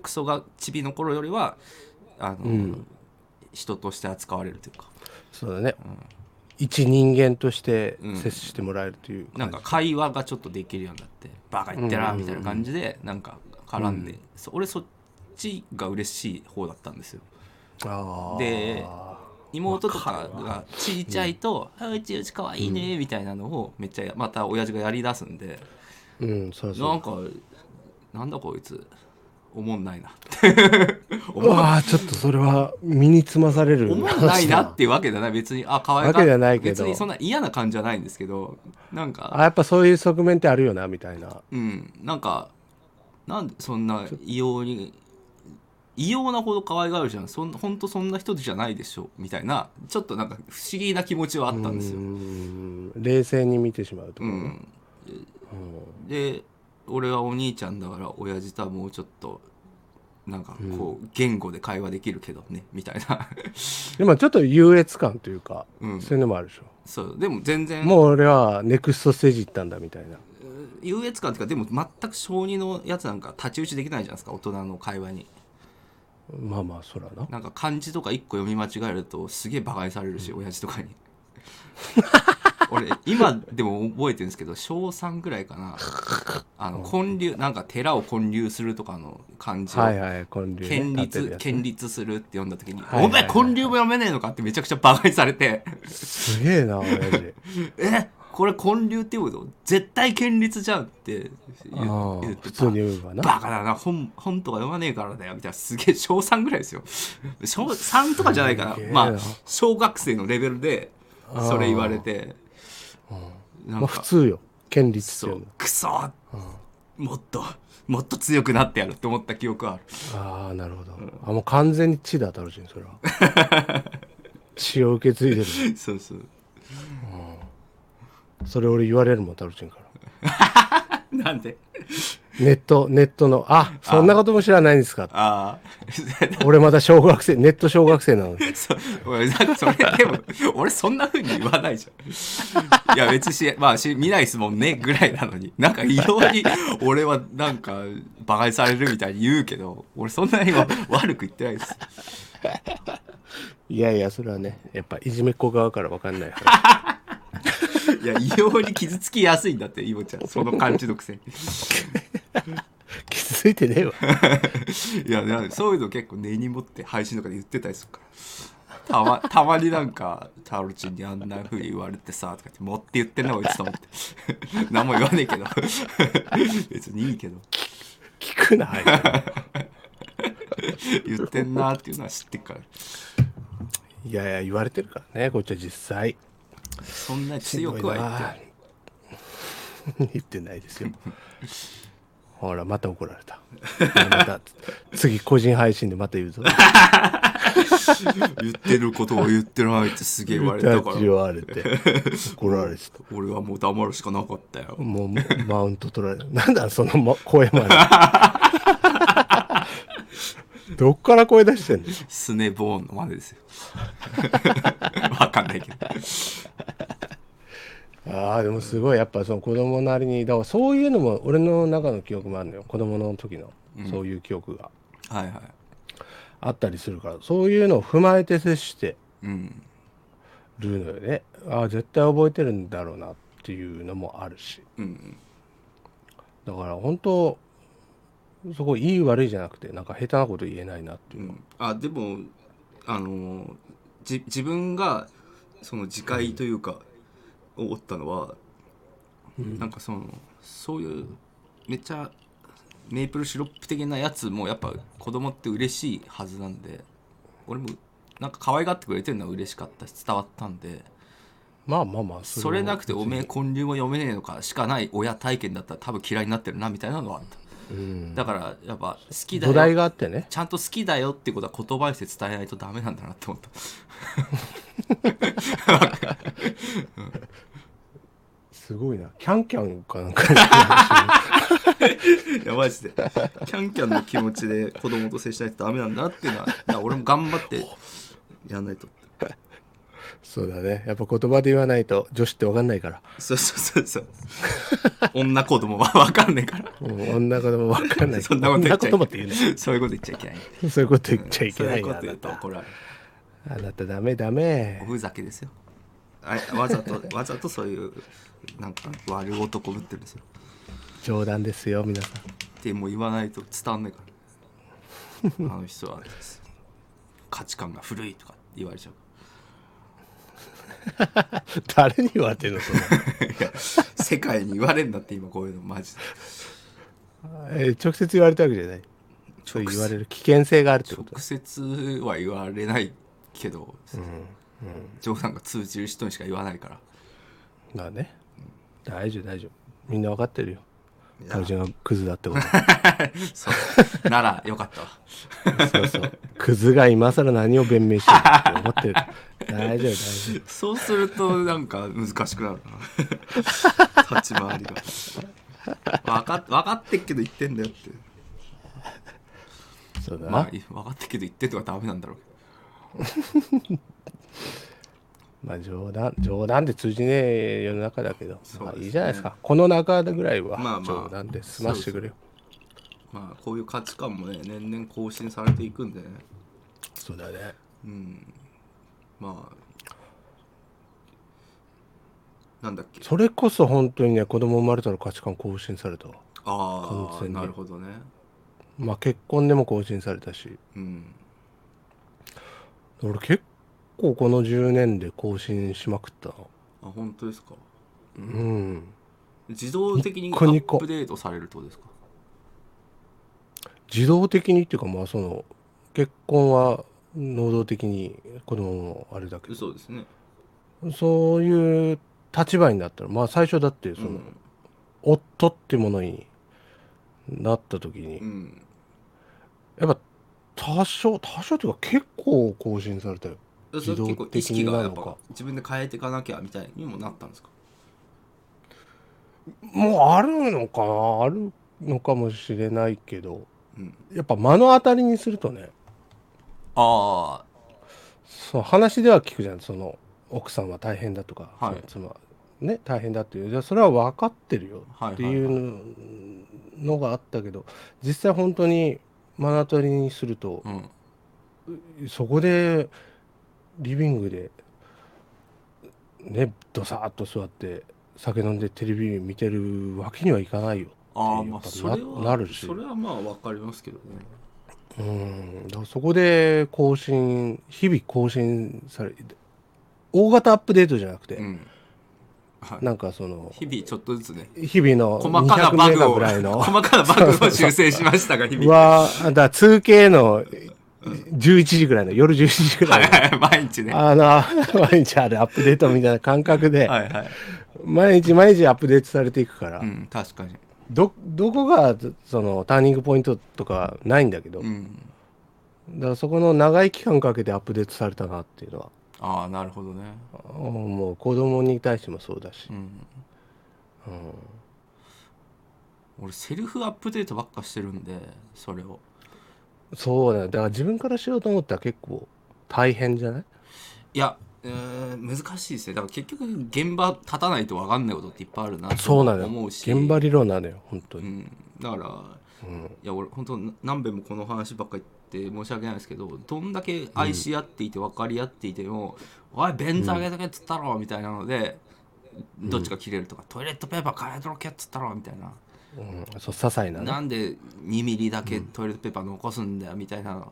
[SPEAKER 4] クソがチビの頃よりはあの、人として扱われるというか
[SPEAKER 5] そうだね、一人間として接してもらえるという感じ、
[SPEAKER 4] なんか会話がちょっとできるようになって「バカ言ってら」みたいな感じでなんか絡んで、そ俺そっちが嬉しい方だったんですよ
[SPEAKER 5] あー
[SPEAKER 4] で妹とかがちいちゃいと「あうちうちかわいいね」みたいなのをめっちゃまた親父がやりだすんで、
[SPEAKER 5] うんそうそ
[SPEAKER 4] なん
[SPEAKER 5] う
[SPEAKER 4] かなんだこいつおもんないなって
[SPEAKER 5] うわーちょっとそれは身につまされる
[SPEAKER 4] おもんないなっていうわけじゃない別にあ可愛
[SPEAKER 5] わ
[SPEAKER 4] か
[SPEAKER 5] けじゃないけど
[SPEAKER 4] 別にそんな嫌な感じじゃないんですけどなんか
[SPEAKER 5] あやっぱそういう側面ってあるよなみたいな
[SPEAKER 4] うんなんかなんでそんな異様に異様なほど可愛がるじゃんそんほんとそんな人じゃないでしょみたいなちょっとなんか不思議な気持ちはあったんですよ
[SPEAKER 5] うーん冷静に見てしまうところ、
[SPEAKER 4] うんで俺はお兄ちゃんだから親父とはもうちょっとなんかこう言語で会話できるけどねみたいな *laughs*
[SPEAKER 5] でもちょっと優越感というか、
[SPEAKER 4] うん
[SPEAKER 5] そういうのもあるでしょ、
[SPEAKER 4] そうでも全然
[SPEAKER 5] もう俺はネクストステージ行ったんだみたいな
[SPEAKER 4] 優越感っていうかでも全く小児のやつなんか太刀打ちできないじゃないですか大人の会話に
[SPEAKER 5] まあまあそらな
[SPEAKER 4] なんか漢字とか一個読み間違えるとすげえ馬鹿にされるし、親父とかに *laughs* 俺今でも覚えてるんですけど小3ぐらいかなあの建立なんか寺を建立するとかの漢字を
[SPEAKER 5] はいはい建立
[SPEAKER 4] 建
[SPEAKER 5] 立てる
[SPEAKER 4] 立
[SPEAKER 5] やつ
[SPEAKER 4] 建立するって読んだ時に「
[SPEAKER 5] いはい
[SPEAKER 4] お前建立も読めねえのか」ってめちゃくちゃ馬鹿にされて *laughs*
[SPEAKER 5] すげえな親父
[SPEAKER 4] 「えこれ建立って言うこと絶対建立じゃん」って
[SPEAKER 5] あ
[SPEAKER 4] 言う
[SPEAKER 5] ー
[SPEAKER 4] 言って
[SPEAKER 5] 普通に言うわな
[SPEAKER 4] バカだな本本とか読まねえからだよみたいなすげえ小3ぐらいですよ小3とかじゃないかな
[SPEAKER 5] すげえな
[SPEAKER 4] まあ小学生のレベルでそれ言われてなん
[SPEAKER 5] まあ
[SPEAKER 4] か、
[SPEAKER 5] 普通よ建立
[SPEAKER 4] そ
[SPEAKER 5] っていう
[SPEAKER 4] う
[SPEAKER 5] の
[SPEAKER 4] クソもっともっと強くなってやるって思った記憶はある
[SPEAKER 5] ああなるほど、あもう完全に血だタロチンそれは
[SPEAKER 4] *laughs*
[SPEAKER 5] 血を受け継いでる
[SPEAKER 4] そうそう
[SPEAKER 5] それ俺言われるもんタロチンから
[SPEAKER 4] なんで
[SPEAKER 5] ネットネットのあそんなことも知らないんですかって
[SPEAKER 4] ああ
[SPEAKER 5] 俺まだ小学生ネット小学生なのに
[SPEAKER 4] そう俺なんかそれでも俺そんな風に言わないじゃんいや別にし、まあ、し見ないですもんねぐらいなのになんか異様に俺はなんか馬鹿にされるみたいに言うけど俺そんなには悪く言ってないです
[SPEAKER 5] いやいやそれはねやっぱいじめっ子側から分かんない
[SPEAKER 4] いや異様に傷つきやすいんだってイボちゃんその感じのくせに
[SPEAKER 5] *laughs* 気づいてねえわ
[SPEAKER 4] いやなんかそういうの結構根に持って配信とかで言ってたりするからたまたまになんかタロチンにあんな風に言われてさとか言って持って言ってんなこいつと思って *laughs* 何も言わねえけど *laughs* 別にいいけど
[SPEAKER 5] 聞くなあいつ
[SPEAKER 4] *laughs* 言ってんなーっていうのは知ってっから
[SPEAKER 5] いやいや言われてるからねこっちは実際
[SPEAKER 4] そんな強くは言ってない
[SPEAKER 5] 言って言ってないですよほらまた怒られたまた次個人配信でまた言うぞ
[SPEAKER 4] *laughs* 言ってることを言ってないってすげえ言われた
[SPEAKER 5] 立
[SPEAKER 4] か
[SPEAKER 5] ち
[SPEAKER 4] ら
[SPEAKER 5] 言 *laughs* われて怒られてた
[SPEAKER 4] 俺はもう黙るしかなかったよ
[SPEAKER 5] もうマウント取られるなんだその、ま、声 *laughs* までどっから声出してんの
[SPEAKER 4] スネボーンのまでですよ *laughs* わかんないけど
[SPEAKER 5] ああでもすごいやっぱその子供なりにだからそういうのも俺の中の記憶もあるのよ子供の時のそういう記憶が
[SPEAKER 4] はいはい
[SPEAKER 5] あったりするから、そういうのを踏まえて接して
[SPEAKER 4] うん
[SPEAKER 5] るのよねああ絶対覚えてるんだろうなっていうのもあるし
[SPEAKER 4] うん
[SPEAKER 5] だから本当そこいい悪いじゃなくてなんか下手なこと言えないなっていうう、
[SPEAKER 4] んあでもあのーじ自分がその自戒というか、思ったのは、なんかそのそういうめっちゃメープルシロップ的なやつもやっぱ子供って嬉しいはずなんで俺もなんか可愛がってくれてるのは嬉しかったし伝わったんで
[SPEAKER 5] まあまあまあ
[SPEAKER 4] それ
[SPEAKER 5] は
[SPEAKER 4] なくておめえ建立も読めねえのかしかない親体験だったら多分嫌いになってるなみたいなのはあった、だからやっぱ好きだ
[SPEAKER 5] 土
[SPEAKER 4] よ
[SPEAKER 5] 台があってね
[SPEAKER 4] ちゃんと好きだよっていうことは言葉にして伝えないとダメなんだなって思った。
[SPEAKER 5] すごいなキャンキャンかなん *laughs* か
[SPEAKER 4] いや、マジで。キャンキャンの気持ちで子供と接しないとダメなんだなっていうのは、だから俺も頑張ってやんないと。
[SPEAKER 5] そうだねやっぱ言葉で言わないと女子って分かんないから
[SPEAKER 4] そうそうそうそう。女子供は分かんない *laughs* から。
[SPEAKER 5] うん女子供分かんな
[SPEAKER 4] *laughs*
[SPEAKER 5] い
[SPEAKER 4] そんなこと言っちゃい
[SPEAKER 5] 女子供って
[SPEAKER 4] け
[SPEAKER 5] 言う
[SPEAKER 4] な
[SPEAKER 5] ね
[SPEAKER 4] い。そういうこと言っちゃいけない。
[SPEAKER 5] そういうこと言っちゃいけ
[SPEAKER 4] そう
[SPEAKER 5] ないいう
[SPEAKER 4] こと
[SPEAKER 5] なあ
[SPEAKER 4] 言
[SPEAKER 5] な
[SPEAKER 4] うと
[SPEAKER 5] た
[SPEAKER 4] 怒られる。
[SPEAKER 5] あなたダメダ
[SPEAKER 4] お
[SPEAKER 5] メ
[SPEAKER 4] ふざけですよ。あれわざとわざとそういうなんか悪い男ぶってるんですよ
[SPEAKER 5] 冗談ですよ、皆さん。
[SPEAKER 4] ってもう言わないと伝わんないからあの人は価値観が古いとか言われちゃう *laughs*
[SPEAKER 5] 誰に言われてんのそれ
[SPEAKER 4] いや世界に言われんだって今こういうのマジで
[SPEAKER 5] えー直接言われたわけじゃない。そう言われる危険性があるってこと
[SPEAKER 4] 直。接は言われないけど、冗談が通じる人にしか言わないから
[SPEAKER 5] まあね。大丈夫、大丈夫。みんなわかってるよ。
[SPEAKER 4] いや
[SPEAKER 5] タオちゃんがクズだってこと。
[SPEAKER 4] そうならよかったわ
[SPEAKER 5] そうそう。クズが今更何を弁明してるって思ってる。大丈夫、大丈夫。
[SPEAKER 4] そうするとなんか難しくなるな立ち回りが分かっ分かってっけど言ってんだよって
[SPEAKER 5] そうだ
[SPEAKER 4] まあ
[SPEAKER 5] な。
[SPEAKER 4] 分かってっけど言ってとかダメなんだろうけど
[SPEAKER 5] まあ冗談、冗談で通じねえ世の中だけど、
[SPEAKER 4] そう
[SPEAKER 5] ま
[SPEAKER 4] ですね
[SPEAKER 5] あいいじゃないですか。この中ぐらいは
[SPEAKER 4] まあまあ
[SPEAKER 5] 冗談で済ましてくれよ。
[SPEAKER 4] まあこういう価値観もね年々更新されていくんでね
[SPEAKER 5] そうだね。
[SPEAKER 4] うんまあなんだっけ
[SPEAKER 5] それこそ本当にね、子供生まれたら価値観更新されたわ。
[SPEAKER 4] あ
[SPEAKER 5] 完
[SPEAKER 4] あ
[SPEAKER 5] 全に
[SPEAKER 4] なるほどね
[SPEAKER 5] まあ結婚でも更新されたし、
[SPEAKER 4] うん
[SPEAKER 5] 俺結構この10年で更新しまくったな。
[SPEAKER 4] あ本当ですか
[SPEAKER 5] うん。
[SPEAKER 4] 自動的に
[SPEAKER 5] ニ
[SPEAKER 4] ア
[SPEAKER 5] ッコニコ
[SPEAKER 4] ップデートされるってことですか
[SPEAKER 5] 自動的にっていうかまあその結婚は能動的に子供もあれだけ
[SPEAKER 4] そうですね
[SPEAKER 5] どそういう立場になったらまあ最初だってその、
[SPEAKER 4] うん
[SPEAKER 5] 夫ってものになった時に、
[SPEAKER 4] うん
[SPEAKER 5] やっぱ多少多少っていうか結構更新されたよ
[SPEAKER 4] そ
[SPEAKER 5] 自
[SPEAKER 4] れ結
[SPEAKER 5] 動
[SPEAKER 4] 構意
[SPEAKER 5] 的
[SPEAKER 4] 識
[SPEAKER 5] に
[SPEAKER 4] が
[SPEAKER 5] な
[SPEAKER 4] や
[SPEAKER 5] る
[SPEAKER 4] っ
[SPEAKER 5] の
[SPEAKER 4] ぱ
[SPEAKER 5] か
[SPEAKER 4] 自分で変えていかなきゃみたいにもなったんですか
[SPEAKER 5] もうあるのかなあるのかもしれないけど
[SPEAKER 4] うん
[SPEAKER 5] やっぱ目の当たりにするとね
[SPEAKER 4] ああ
[SPEAKER 5] そう話では聞くじゃんその奥さんは大変だとか、
[SPEAKER 4] はい
[SPEAKER 5] その妻ね大変だっていうじゃあそれは分かってるよ
[SPEAKER 4] はいはいはい
[SPEAKER 5] っていうのがあったけど、実際本当に目の当たりにすると、
[SPEAKER 4] うん
[SPEAKER 5] そこでリビングでねどさーっと座って酒飲んでテレビ見てるわけにはいかないよ
[SPEAKER 4] ああ
[SPEAKER 5] っていう
[SPEAKER 4] まあ
[SPEAKER 5] こと
[SPEAKER 4] それは
[SPEAKER 5] ななるし
[SPEAKER 4] それはまあわかりますけどね
[SPEAKER 5] うんだからそこで更新日々更新され大型アップデートじゃなくて、
[SPEAKER 4] うんはい
[SPEAKER 5] なんかその
[SPEAKER 4] 日々ちょっとずつね
[SPEAKER 5] 日々の
[SPEAKER 4] 細かな
[SPEAKER 5] 200
[SPEAKER 4] バ
[SPEAKER 5] メ
[SPEAKER 4] グ
[SPEAKER 5] ガ
[SPEAKER 4] を
[SPEAKER 5] ぐらいの
[SPEAKER 4] 細かなバグを修正しましたが日々
[SPEAKER 5] は、だから 2K の11時ぐらいの、夜11時ぐら
[SPEAKER 4] はい
[SPEAKER 5] い
[SPEAKER 4] はい毎日ねは
[SPEAKER 5] の、あの、毎日あれアップデートみたいな感覚で、
[SPEAKER 4] いはい
[SPEAKER 5] 毎日毎日アップデートされていくから、
[SPEAKER 4] うん確かに
[SPEAKER 5] ど、どこが、その、ターニングポイントとかないんだけど、
[SPEAKER 4] うん
[SPEAKER 5] だからそこの長い期間かけてアップデートされたなっていうのは、
[SPEAKER 4] ああなるほどね
[SPEAKER 5] もう子供に対してもそうだし
[SPEAKER 4] う、ん
[SPEAKER 5] うん
[SPEAKER 4] 俺セルフアップデートばっかしてるんでそれを
[SPEAKER 5] そうだよ。だから自分からしようと思ったら結構大変じゃない
[SPEAKER 4] いやうーん難しいですねだから結局現場立たないと分かんないことっていっぱいあるなと
[SPEAKER 5] そうなのよ。
[SPEAKER 4] 思うし
[SPEAKER 5] 現場理論なのよ、本当
[SPEAKER 4] う
[SPEAKER 5] に。
[SPEAKER 4] ん、だから
[SPEAKER 5] うん
[SPEAKER 4] いや俺本当何べんもこの話ばっか言って申し訳ないですけどどんだけ愛し合っていて分かり合っていても「おいベンツあげとけ」っつったろみたいなので、どっちが切れるとか「トイレットペーパー変えとけ」っつったろみたいな、
[SPEAKER 5] うん、そう些細なね
[SPEAKER 4] なんで2ミリだけトイレットペーパー残すんだよみたいな、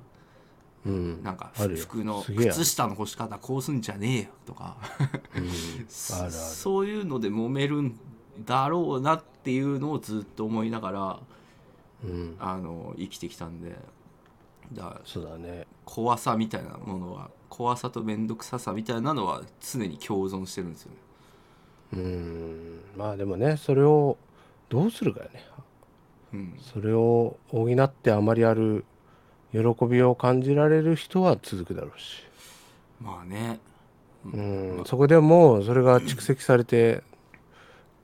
[SPEAKER 5] うん
[SPEAKER 4] なんか
[SPEAKER 5] あるよ
[SPEAKER 4] 服の
[SPEAKER 5] すげえある
[SPEAKER 4] 靴下の干し方こうすんじゃねえよとか、
[SPEAKER 5] あるある
[SPEAKER 4] そういうので揉めるんだろうなっていうのをずっと思いながら
[SPEAKER 5] うん、
[SPEAKER 4] あの生きてきたんでだから
[SPEAKER 5] そうだね
[SPEAKER 4] 怖さみたいなものは怖さと面倒くささみたいなのは常に共存してるんですよね。
[SPEAKER 5] うんまあでもねそれをどうするかよね
[SPEAKER 4] うん、
[SPEAKER 5] それを補ってあまりある喜びを感じられる人は続くだろうし、
[SPEAKER 4] まあね
[SPEAKER 5] うん、そこでもうそれが蓄積されて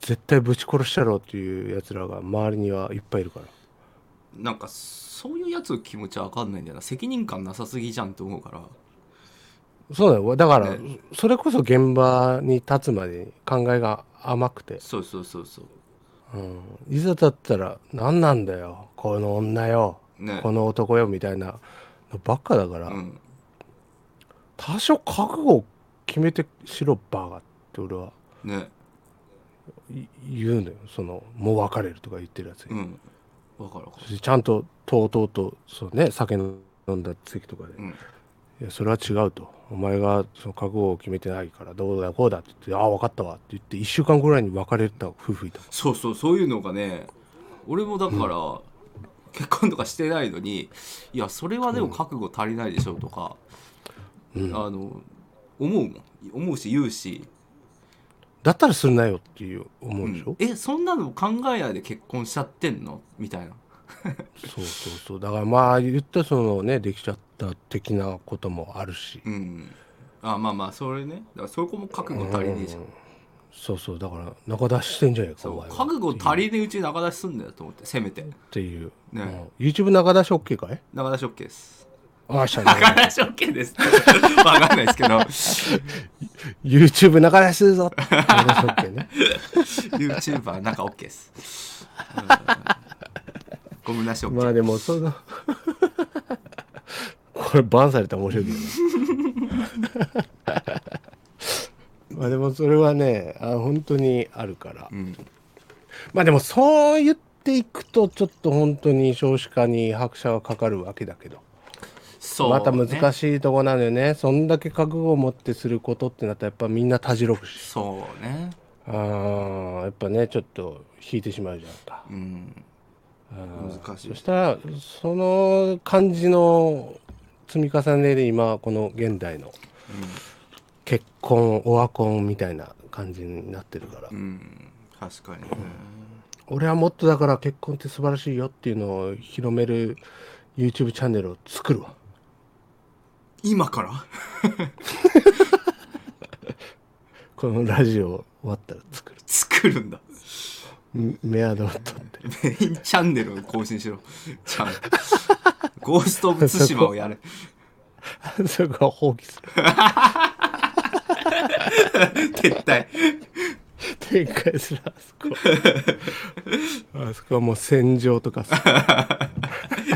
[SPEAKER 5] 絶対ぶち殺したろうっていうやつらが周りにはいっぱいいるから
[SPEAKER 4] なんかそういうやつの気持ちは分かんないんだよな責任感なさすぎじゃんと思うから
[SPEAKER 5] そうだよだから
[SPEAKER 4] ね
[SPEAKER 5] それこそ現場に立つまでに考えが甘くて
[SPEAKER 4] そうそうそうそう
[SPEAKER 5] うんいざだったら何なんだよこの女よ、
[SPEAKER 4] ね
[SPEAKER 5] この男よみたいなのばっかだから、
[SPEAKER 4] うん
[SPEAKER 5] 多少覚悟を決めてしろバーガーっって俺は
[SPEAKER 4] ね
[SPEAKER 5] い言うのよそのもう別れるとか言ってるやつに、
[SPEAKER 4] うんわかるわか
[SPEAKER 5] そしてちゃんととうとうとそうね酒飲んだ席とかで、
[SPEAKER 4] るうん
[SPEAKER 5] いやそれは違うとお前がその覚悟を決めてないからどうだこうだって言ってああ分かったわって言って1週間ぐらいに別れた夫婦いた
[SPEAKER 4] そうそうそういうのがね俺もだから、結婚とかしてないのにいやそれはでも覚悟足りないでしょとか、あの思うもん思うし言うし、
[SPEAKER 5] だったらするなよっていう思
[SPEAKER 4] う
[SPEAKER 5] うでしょ、
[SPEAKER 4] ん、えそんなの考えないで結婚しちゃってんのみたいな
[SPEAKER 5] そうそうそうだからまあ言ったらそのねできちゃった的なこともあるし、
[SPEAKER 4] うんあまあまあそれねだからそこも覚悟足りねえじゃん、
[SPEAKER 5] そうそうだから仲出ししてんじゃないか
[SPEAKER 4] そ
[SPEAKER 5] お
[SPEAKER 4] う
[SPEAKER 5] 前は
[SPEAKER 4] 覚悟足りねえうちに仲出しすんだよと思ってせめて
[SPEAKER 5] っていう、
[SPEAKER 4] ね
[SPEAKER 5] うん YouTube 仲出し OK かい
[SPEAKER 4] 仲出し OK です
[SPEAKER 5] ああしたね
[SPEAKER 4] 仲出し OK です *laughs* わかんないですけど
[SPEAKER 5] *laughs* YouTube 仲出しするぞ仲出し OK ね
[SPEAKER 4] YouTuber なんか OK です、うんゴムなし OK、
[SPEAKER 5] まあでもそのこれバンされたら面白いけどねまあでもそれはねあ本当にあるから、
[SPEAKER 4] うん
[SPEAKER 5] まあでもそう言っていくとちょっと本当に少子化に拍車はかかるわけだけど、
[SPEAKER 4] そう、
[SPEAKER 5] また難
[SPEAKER 4] い
[SPEAKER 5] しいとこなのよねそんだけ覚悟を持ってすることってなったらやっぱみんなたじろぐし
[SPEAKER 4] そうね
[SPEAKER 5] あーやっぱねちょっと引いてしまうじゃんか
[SPEAKER 4] うん難しい
[SPEAKER 5] そしたらその感じの積み重ねで今この現代の結婚オワコンみたいな感じになってるから、
[SPEAKER 4] うん確かにね
[SPEAKER 5] 俺はもっとだから結婚って素晴らしいよっていうのを広める YouTube チャンネルを作るわ
[SPEAKER 4] 今から
[SPEAKER 5] このラジオ終わったら作る
[SPEAKER 4] 作るんだ *laughs*
[SPEAKER 5] んメアドを取って
[SPEAKER 4] メインチャンネルを更新しろちゃんとゴースト・オブ・ツシマをやれ
[SPEAKER 5] *laughs* そこは放棄する
[SPEAKER 4] 撤退
[SPEAKER 5] 展開するあそ
[SPEAKER 4] *laughs*
[SPEAKER 5] こあそこはもう戦場とかさ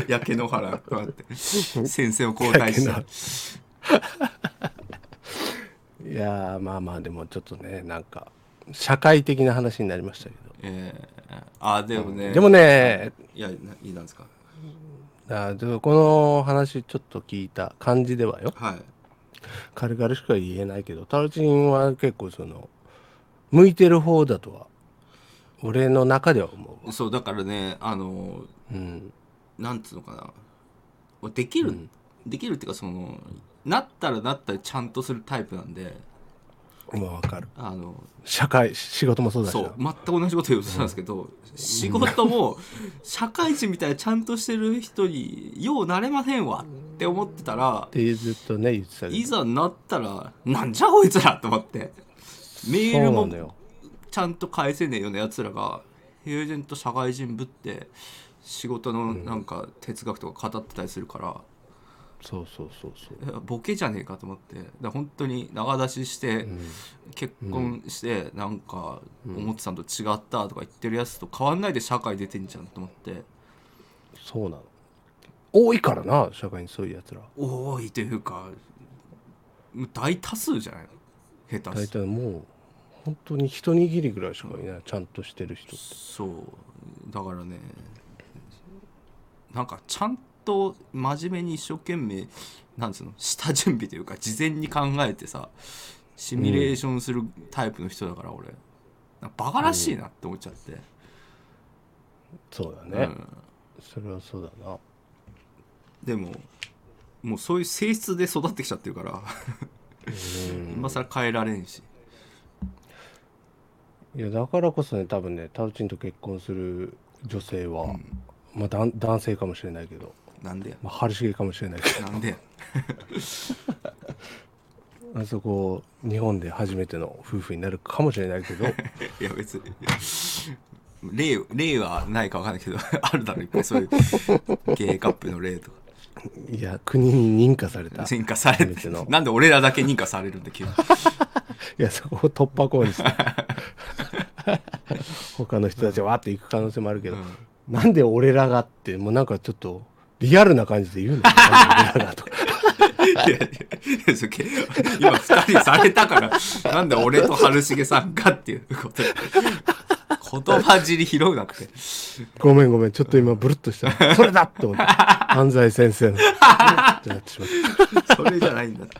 [SPEAKER 4] 焼け野原こうやって先生を交代し
[SPEAKER 5] 焼け野
[SPEAKER 4] て
[SPEAKER 5] 原いやーまあまあでもちょっとねなんか社会的な話になりましたけど、
[SPEAKER 4] えー、あでもね
[SPEAKER 5] でもね
[SPEAKER 4] いやないいなんですか
[SPEAKER 5] あでもこの話ちょっと聞いた感じではよ
[SPEAKER 4] はい
[SPEAKER 5] 軽々しくは言えないけどタルチンは結構その向いてる方だとは俺の中では思うわ
[SPEAKER 4] そうだからねあの
[SPEAKER 5] うん
[SPEAKER 4] なんつうのかな俺できる、できるっていうかそのなったらなったらちゃんとするタイプなんで
[SPEAKER 5] まあわかる
[SPEAKER 4] あの
[SPEAKER 5] 社会仕事もそうだしな
[SPEAKER 4] そう全く同じこと言おうとしたんですけど、仕事も社会人みたいなちゃんとしてる人にようなれませんわって思ってたら
[SPEAKER 5] ってずっとね言ってたけ
[SPEAKER 4] い
[SPEAKER 5] ど
[SPEAKER 4] ざなったらなんじゃこいつらと思ってメール
[SPEAKER 5] そうな
[SPEAKER 4] も
[SPEAKER 5] んだよ
[SPEAKER 4] ちゃんと返せねえようなやつらが平然と社会人ぶって仕事のなんか哲学とか語ってたりするから。
[SPEAKER 5] そうそうそうそ
[SPEAKER 4] い
[SPEAKER 5] う
[SPEAKER 4] やボケじゃねえかと思ってだから本当に長出しして、結婚してなんか思ってたのと違ったとか言ってるやつと変わんないで社会出てんじゃんと思って
[SPEAKER 5] そうなの多いからな社会にそういうやつら
[SPEAKER 4] 多いというか大多数じゃないの下手
[SPEAKER 5] 大
[SPEAKER 4] す
[SPEAKER 5] 体もう本当に一握りぐらいしかいない、ちゃんとしてる人って
[SPEAKER 4] そうだからねなんかちゃんと真面目に一生懸命なんつうの下準備というか事前に考えてさシミュレーションするタイプの人だから俺なんかバカらしいなって思っちゃって、
[SPEAKER 5] そうだ
[SPEAKER 4] う
[SPEAKER 5] ね、
[SPEAKER 4] ん、
[SPEAKER 5] それはそうだな
[SPEAKER 4] でももうそういう性質で育ってきちゃってるから今更変えられんし
[SPEAKER 5] いやだからこそね多分ねタウチンと結婚する女性は、まあだん男性かもしれないけど、
[SPEAKER 4] なんでや
[SPEAKER 5] まあ、春重かもしれないけ
[SPEAKER 4] なんでや
[SPEAKER 5] *laughs* どあそこ日本で初めての夫婦になるかもしれないけど
[SPEAKER 4] いや別に例例はないかわかんないけどあるだろいっぱいそういうゲイカップの例とか
[SPEAKER 5] いや国に認可され *laughs* た
[SPEAKER 4] 認可され
[SPEAKER 5] 初
[SPEAKER 4] て
[SPEAKER 5] めの
[SPEAKER 4] なんで俺らだけ認可されるんだ急に
[SPEAKER 5] いやそこを突破口にして他の人たちはわーって行く可能性もあるけど、なんで俺らがってもうなんかちょっとリアルな感じで言うのなんで俺らがとか
[SPEAKER 4] いやいやそれ今2人されたからなんで俺と春重さんかっていうこと言葉尻拾うなって
[SPEAKER 5] ごめんごめんちょっと今ブルッとしたそれだって思って安西先生のってなってしまった
[SPEAKER 4] それじゃないんだって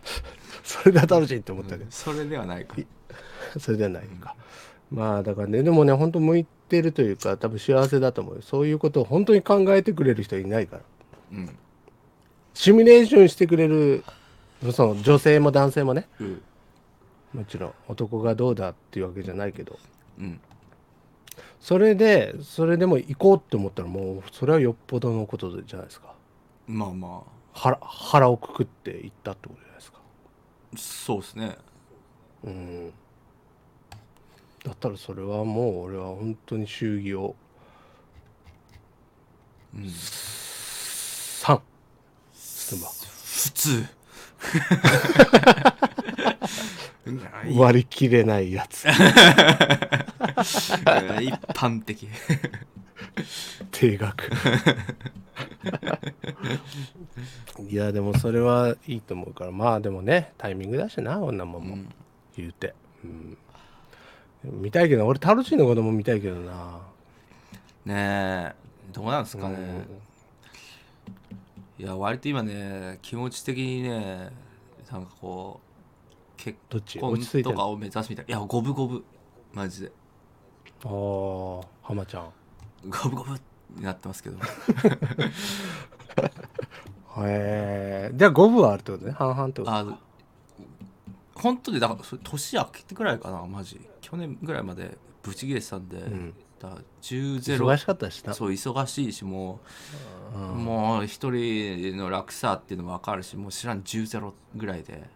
[SPEAKER 5] それが楽しいって思ったけど、
[SPEAKER 4] それではないか
[SPEAKER 5] それじゃないか、まあだからねでもね本当向いてるというか多分幸せだと思うよそういうことを本当に考えてくれる人いないから
[SPEAKER 4] うん
[SPEAKER 5] シミュレーションしてくれるその女性も男性もね
[SPEAKER 4] うん
[SPEAKER 5] もちろん男がどうだっていうわけじゃないけど
[SPEAKER 4] うん
[SPEAKER 5] それでそれでも行こうって思ったらもうそれはよっぽどのことじゃないですか
[SPEAKER 4] まあま
[SPEAKER 5] 腹腹をくくって行ったってことじゃないですか
[SPEAKER 4] あそうですね
[SPEAKER 5] うんだったらそれはもう俺は本当に祝儀を
[SPEAKER 4] うん
[SPEAKER 5] 3つま
[SPEAKER 4] 普通
[SPEAKER 5] 割り切れないやつっ
[SPEAKER 4] 一般的
[SPEAKER 5] 定額いやでもそれはいいと思うからまあでもねタイミングだしな女もんも、
[SPEAKER 4] うん
[SPEAKER 5] 言うて、うん、見たいけど俺タロチンの子供見たいけどな
[SPEAKER 4] ねえどうなんですかね、いや割と今ね気持ち的にねなんかこう結
[SPEAKER 5] どっち落ち着
[SPEAKER 4] 婚
[SPEAKER 5] いて
[SPEAKER 4] と
[SPEAKER 5] る
[SPEAKER 4] か
[SPEAKER 5] あ
[SPEAKER 4] を目指すみたいいや五分五分マジで
[SPEAKER 5] あー浜ちゃん
[SPEAKER 4] 五分五分になってます
[SPEAKER 5] *laughs*
[SPEAKER 4] けど
[SPEAKER 5] へえじゃあ五分はあるってことね半々ってこと
[SPEAKER 4] あの本当にだからそれ年明けてくらいかなマジ去年ぐらいまでブチ切れてたんで、
[SPEAKER 5] ん
[SPEAKER 4] だから10ゼロ
[SPEAKER 5] 忙しかったしな
[SPEAKER 4] そう忙しいしもう、
[SPEAKER 5] うん
[SPEAKER 4] もう一人の楽さっていうのも分かるしもう知らん10ゼロぐらいで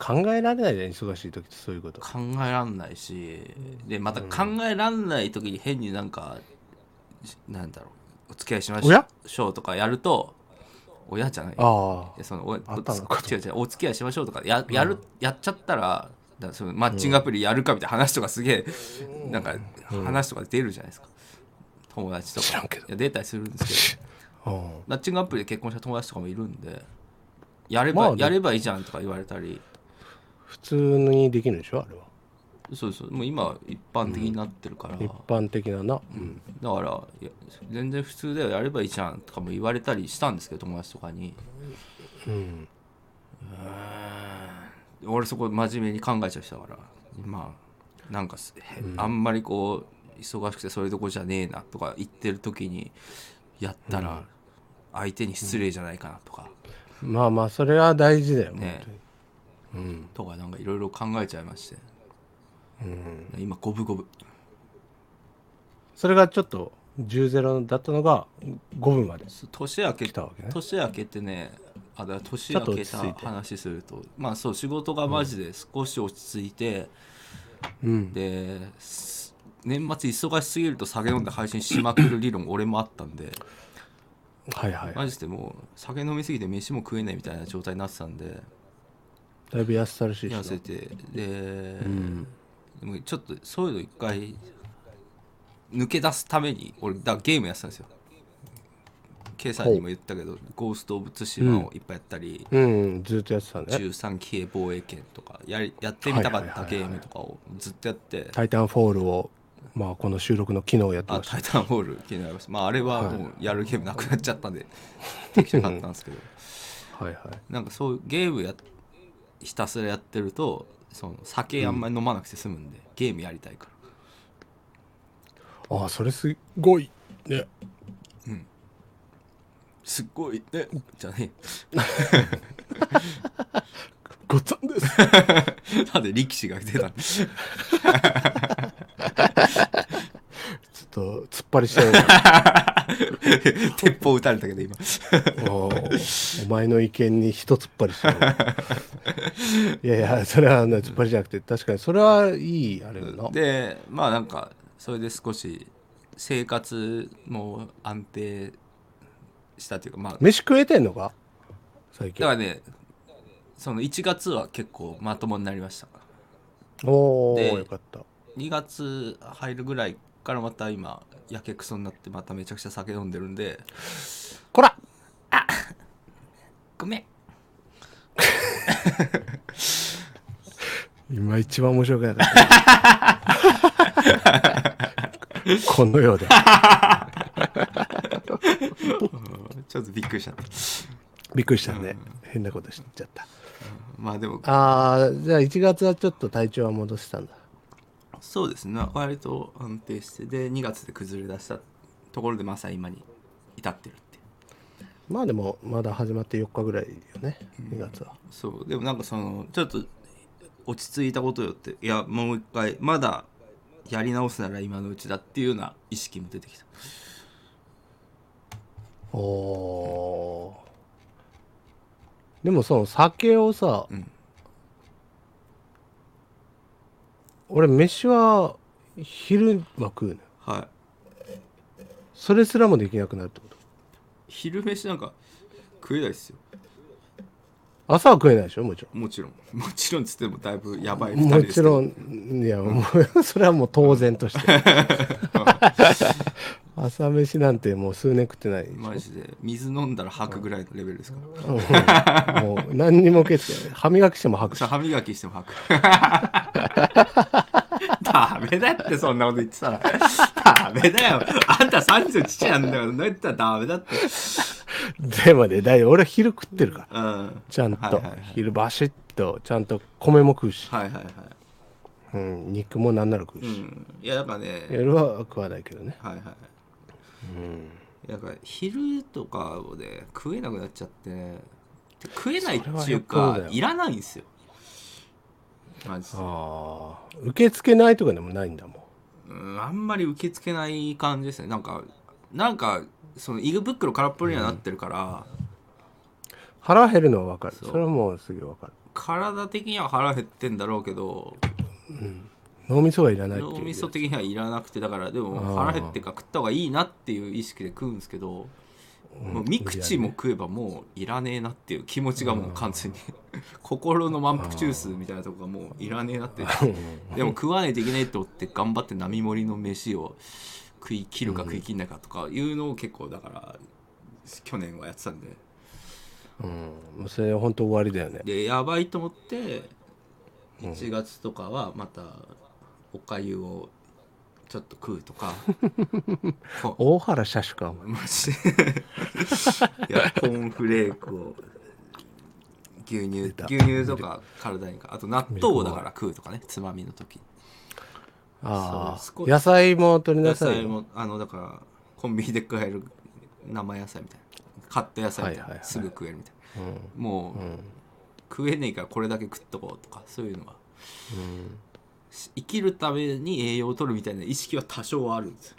[SPEAKER 5] 考えられないじゃん忙しい時ってそういうこと
[SPEAKER 4] 考えらんないしでまた考えらんない時に変になんか、しなんだろうお付き合いしまし
[SPEAKER 5] おや
[SPEAKER 4] ょうとかやると親じゃない
[SPEAKER 5] あ
[SPEAKER 4] いやそのお
[SPEAKER 5] あったの
[SPEAKER 4] お違う違うお付き合いしましょうとかややる、やっちゃったらだそのマッチングアプリやるかみたいな話とかすげえ、なんか話とか出るじゃないですか友達とか
[SPEAKER 5] 知らんけど
[SPEAKER 4] いや出たりするんですけ
[SPEAKER 5] *laughs*
[SPEAKER 4] ど
[SPEAKER 5] あうん
[SPEAKER 4] マッチングアプリで結婚した友達とかもいるんでやれば、
[SPEAKER 5] まあね
[SPEAKER 4] やればいいじゃんとか言われたり
[SPEAKER 5] 普通にできるんでしょあれは
[SPEAKER 4] そうそうもう今は一般的になってるから、
[SPEAKER 5] 一般的なな、うん
[SPEAKER 4] だからいや全然普通だよやればいいじゃんとかも言われたりしたんですけど友達とかにうん俺そこ真面目に考えちゃう人だからまあなんかすへあんまりこう忙しくてそれどこじゃねえなとか言ってる時にやったら相手に失礼じゃないかなとか、
[SPEAKER 5] まあまあそれは大事だよ、
[SPEAKER 4] ねとかなんかいろいろ考えちゃいまして、今五分五分
[SPEAKER 5] それがちょっと10ゼロだったのが5分まで
[SPEAKER 4] 年明け
[SPEAKER 5] 来たわけね
[SPEAKER 4] 年明けてねあだから年
[SPEAKER 5] ちょっと
[SPEAKER 4] 明け
[SPEAKER 5] 落ち
[SPEAKER 4] た
[SPEAKER 5] 着いて
[SPEAKER 4] 話するとまあそう仕事がマジで少し落ち着いて、
[SPEAKER 5] うん
[SPEAKER 4] です年末忙しすぎると酒飲んで配信しまくる理
[SPEAKER 5] *coughs*
[SPEAKER 4] 論俺もあったんで
[SPEAKER 5] はいはい
[SPEAKER 4] マジでもう酒飲みすぎて飯も食えないみたいな状態になってたんで
[SPEAKER 5] だいぶ安さらしいしな
[SPEAKER 4] 痩せてで,、でもちょっとそういうの一回抜け出すために俺だからゲームやってたんですよ。K さんにも言ったけど「ゴースト・オブ・ツシマ」をいっぱいやったり、
[SPEAKER 5] うんうんずっとやってたね
[SPEAKER 4] 13期へ防衛権とかやりやってみたかっ
[SPEAKER 5] はいはい
[SPEAKER 4] た
[SPEAKER 5] はいはい
[SPEAKER 4] ゲームとかをずっとやって、
[SPEAKER 5] 「タイタンフォール」をまあこの収録の機能やって
[SPEAKER 4] あ
[SPEAKER 5] ました
[SPEAKER 4] タイタンホール気になりましたまああれはもうやるゲームなくなっちゃったんで、できなかったんですけど *laughs*
[SPEAKER 5] はいはい
[SPEAKER 4] なんかそういうゲームやひたすらやってるとその酒あんまり飲まなくて済むんで、ゲームやりたいから
[SPEAKER 5] ああそれすごいね
[SPEAKER 4] すっごいねじゃね
[SPEAKER 5] ごっつんです
[SPEAKER 4] えなんで力士が出
[SPEAKER 5] *laughs*
[SPEAKER 4] たの
[SPEAKER 5] ちょっと突っ張りしたような *laughs*
[SPEAKER 4] 鉄砲撃たれたけど今
[SPEAKER 5] おーお前の意見に一突っ張りしたような *laughs* いやいやそれはあの突っ張りじゃなくて確かにそれはいいあれよな
[SPEAKER 4] でまあなんかそれで少し生活も安定したというかまあ
[SPEAKER 5] 飯食えてんのか最近
[SPEAKER 4] だからねその1月は結構まともになりました
[SPEAKER 5] おお
[SPEAKER 4] で
[SPEAKER 5] よかった
[SPEAKER 4] 2月入るぐらいからまた今やけくそになってまためちゃくちゃ酒飲んでるんで
[SPEAKER 5] こら
[SPEAKER 4] ごめん
[SPEAKER 5] 今一番面白くなかった。
[SPEAKER 4] *laughs*
[SPEAKER 5] この世で。
[SPEAKER 4] ちょっとびっくりしちゃった
[SPEAKER 5] びっくりしたね。変なことしちゃった。
[SPEAKER 4] まあでも
[SPEAKER 5] ああ、じゃあ1月はちょっと体調は戻してたんだ。
[SPEAKER 4] そうですね割と安定してで2月で崩れ出したところでまさに今に至ってるって
[SPEAKER 5] まあでも、まだ始まって4日ぐらいよね、2月は。
[SPEAKER 4] そうでもなんかそのちょっと落ち着いたことよっていやもう一回まだやり直すなら今のうちだっていうような意識も出てきた
[SPEAKER 5] おおー。でもその酒をさ、
[SPEAKER 4] うん
[SPEAKER 5] 俺飯は昼は食うね
[SPEAKER 4] はい
[SPEAKER 5] それすらもできなくなるってこと
[SPEAKER 4] 昼飯なんか食えないっすよ
[SPEAKER 5] 朝は食えないでしょもちろん
[SPEAKER 4] もちろん *laughs* もちろんっつってもだいぶやばい二人
[SPEAKER 5] も
[SPEAKER 4] で
[SPEAKER 5] ち
[SPEAKER 4] すけど
[SPEAKER 5] ろんいやもうそれはもう当然とし
[SPEAKER 4] *laughs*
[SPEAKER 5] て朝飯なんてもう数年食って
[SPEAKER 4] *laughs*
[SPEAKER 5] ない
[SPEAKER 4] マジで水飲んだら吐くぐらいのレベルですから
[SPEAKER 5] うんもう何にも受けてない歯磨きしても吐くし
[SPEAKER 4] さ歯磨きしても吐く *laughs* ダメだってそんなこと言ってたらダメだよあんた30ちなんだから何言ったらダメだって
[SPEAKER 5] でもね大丈夫俺は昼食ってるから
[SPEAKER 4] うんはい
[SPEAKER 5] ちゃんと、
[SPEAKER 4] はいはいはい
[SPEAKER 5] 昼バシッとちゃんと米も食うし、
[SPEAKER 4] はいはい
[SPEAKER 5] うん、肉もなんなら食う
[SPEAKER 4] う
[SPEAKER 5] し、
[SPEAKER 4] んいやだからね
[SPEAKER 5] 夜は食わないけどね
[SPEAKER 4] はいはいだから昼とかをね食えなくなっちゃってね食えないってい
[SPEAKER 5] それは
[SPEAKER 4] う
[SPEAKER 5] よっぽどだ
[SPEAKER 4] か
[SPEAKER 5] よ
[SPEAKER 4] いらないんですよマジで
[SPEAKER 5] ああ受け付けないとかでもないんだもん
[SPEAKER 4] うんあんまり受け付けない感じですねなんかなんかその胃袋空っぽにはなってるから、
[SPEAKER 5] 腹減るのは分かる
[SPEAKER 4] そう
[SPEAKER 5] それはもうすぐ分かる
[SPEAKER 4] 体的には腹減ってんだろうけど
[SPEAKER 5] 脳みそはいらないっていう
[SPEAKER 4] 脳みそ的にはいらなくてだからでも腹減ってか食った方がいいなっていう意識で食うんですけど、もう三口も食えばもういらねえなっていう気持ちがもう完全に *laughs* 心の満腹中枢みたいなとこがもういらねえなって *laughs* でも食わないといけないと思って頑張って並盛りの飯を食い切るか食い切んないかとかいうのを結構だから去年はやってたんで
[SPEAKER 5] うんもうそれ本当終わりだよね
[SPEAKER 4] でやばいと思って1月とかはまたおかゆをちょっと食うとかこ
[SPEAKER 5] 大原車種かお前
[SPEAKER 4] マジで
[SPEAKER 5] *laughs*
[SPEAKER 4] いやコーンフレークを牛乳
[SPEAKER 5] た
[SPEAKER 4] 牛乳とか体にかあと納豆をだから食うとかねつまみの時
[SPEAKER 5] あ
[SPEAKER 4] そう少
[SPEAKER 5] あ
[SPEAKER 4] し
[SPEAKER 5] 野菜も取り
[SPEAKER 4] 野
[SPEAKER 5] なさい
[SPEAKER 4] 菜
[SPEAKER 5] よ
[SPEAKER 4] もあのだからコンビニで買える生野菜みたいな買った野菜みたいな、
[SPEAKER 5] はいはいはい
[SPEAKER 4] すぐ食えるみたい
[SPEAKER 5] うん
[SPEAKER 4] なもう、食えねえからこれだけ食っとこうとかそういうのは
[SPEAKER 5] うん
[SPEAKER 4] し生きるために栄養を取るみたいな意識は多少はあるんですよ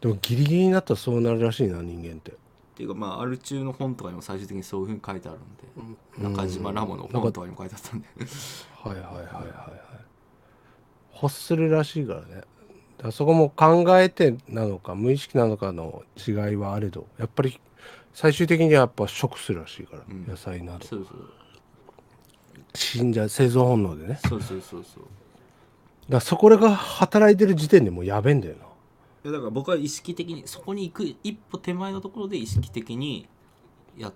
[SPEAKER 5] でもギリギリになったらそうなるらしいな人間っ
[SPEAKER 4] っ
[SPEAKER 5] て
[SPEAKER 4] ていうかまあアル中の本とかにも最終的にそういうふうに書いてあるんで、中島ラモの本とかにも書いてあったんで
[SPEAKER 5] はいはいはいはいはい欲するらしいからねだからそこも考えてなのか無意識なのかの違いはあれどやっぱり最終的にはやっぱ食するらしいから、
[SPEAKER 4] ん
[SPEAKER 5] 野菜など
[SPEAKER 4] そうそう
[SPEAKER 5] 死んじゃう生存本能でねだか
[SPEAKER 4] そうそうそうそう
[SPEAKER 5] らそこらが働いてる時点でもうやべえんだよない
[SPEAKER 4] やだから僕は意識的にそこに行く一歩手前のところで意識的にやっ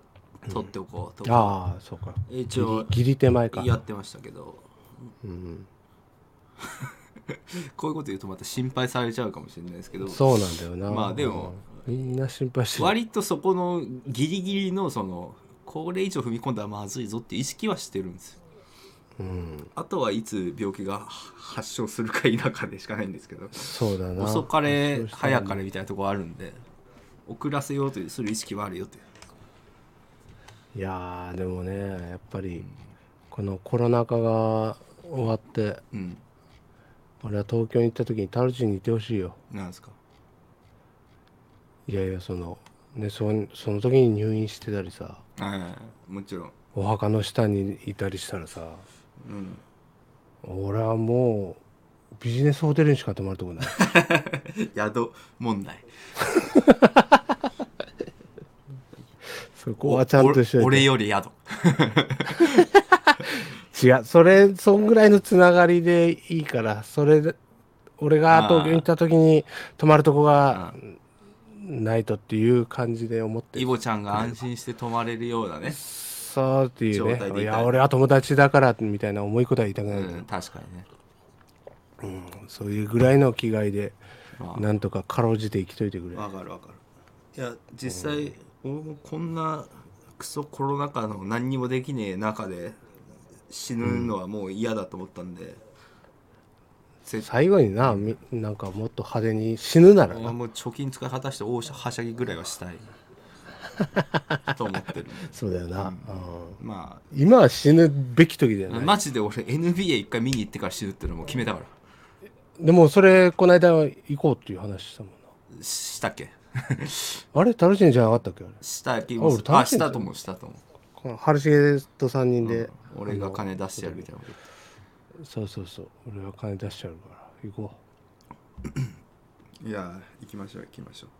[SPEAKER 4] 取っておこうとか、
[SPEAKER 5] ああそうか
[SPEAKER 4] 一応
[SPEAKER 5] ギリ手前か
[SPEAKER 4] やってましたけど
[SPEAKER 5] うん、
[SPEAKER 4] *laughs* こういうこと言うとまた心配されちゃうかもしれないですけど
[SPEAKER 5] そうなんだよな
[SPEAKER 4] まあでも
[SPEAKER 5] みんな心配してる
[SPEAKER 4] 割とそこのギリギリのそのこれ以上踏み込んだらまずいぞっていう意識はしてるんですよ
[SPEAKER 5] うん
[SPEAKER 4] あとはいつ病気が発症するか否かでしかないんですけど
[SPEAKER 5] そうだな
[SPEAKER 4] 遅かれ
[SPEAKER 5] そうしたら
[SPEAKER 4] 早かれみたいなところあるんで遅らせようとする意識はあるよって
[SPEAKER 5] いやーでもねやっぱりこのコロナ禍が終わって
[SPEAKER 4] うん
[SPEAKER 5] 俺は東京に行った時にタルチにいてほしいよ
[SPEAKER 4] なんですか
[SPEAKER 5] いやいやそのねそんその時に入院してたりさ
[SPEAKER 4] はいはいはいもちろん *laughs*
[SPEAKER 5] お墓の下にいたりしたらさ
[SPEAKER 4] うん
[SPEAKER 5] 俺はもうビジネスホテルにしか泊まるとこない
[SPEAKER 4] 宿問題
[SPEAKER 5] *laughs* そこはちゃんとし
[SPEAKER 4] お
[SPEAKER 5] て
[SPEAKER 4] 俺より宿
[SPEAKER 5] 違うそれそんぐらいのつながりでいいからそれで俺が
[SPEAKER 4] あー
[SPEAKER 5] 東京に行った時に泊まるとこが
[SPEAKER 4] う
[SPEAKER 5] ないとっていう感じで思って
[SPEAKER 4] イボちゃんが安心して泊まれるようなね
[SPEAKER 5] そーっていう
[SPEAKER 4] 状態で
[SPEAKER 5] ね。
[SPEAKER 4] い
[SPEAKER 5] い
[SPEAKER 4] たい
[SPEAKER 5] や、俺は友達だからみたいな重いことは言いたくない、
[SPEAKER 4] うん、確かにね。
[SPEAKER 5] そういうぐらいの気概で、
[SPEAKER 4] まあ
[SPEAKER 5] なんとかかろうじて生きといてくれ。
[SPEAKER 4] わかるわかるいや実際俺もこんなクソコロナ禍の何にもできねえ中で死ぬのはもう嫌だと思ったんで、絶
[SPEAKER 5] 最後にな、みなんかもっと派手に死ぬなら
[SPEAKER 4] 対は
[SPEAKER 5] な。
[SPEAKER 4] もう貯金使い果たして大しゃはしゃぎぐらいはしたい *laughs* と思ってる
[SPEAKER 5] そうだよな。うん
[SPEAKER 4] ま
[SPEAKER 5] 今は死ぬべき時だよ
[SPEAKER 4] あ
[SPEAKER 5] ね。
[SPEAKER 4] マジで俺 NBA 一回見に行ってから死ぬっていうのもう決めたから
[SPEAKER 5] でもそれ、この間行こうっていう話したもん
[SPEAKER 4] したっけ
[SPEAKER 5] な。あれ楽しいんじゃなかったっけあれ
[SPEAKER 4] した気
[SPEAKER 5] あ
[SPEAKER 4] も
[SPEAKER 5] 俺
[SPEAKER 4] する
[SPEAKER 5] 楽
[SPEAKER 4] あ
[SPEAKER 5] しい
[SPEAKER 4] し
[SPEAKER 5] んだ
[SPEAKER 4] た
[SPEAKER 5] よ
[SPEAKER 4] と思うしたと思う
[SPEAKER 5] この春重と3人で、
[SPEAKER 4] 俺が金出してやるみたいなこと
[SPEAKER 5] そうそうそう俺は金出しちゃうから行こ
[SPEAKER 4] いや行きましょう行きましょう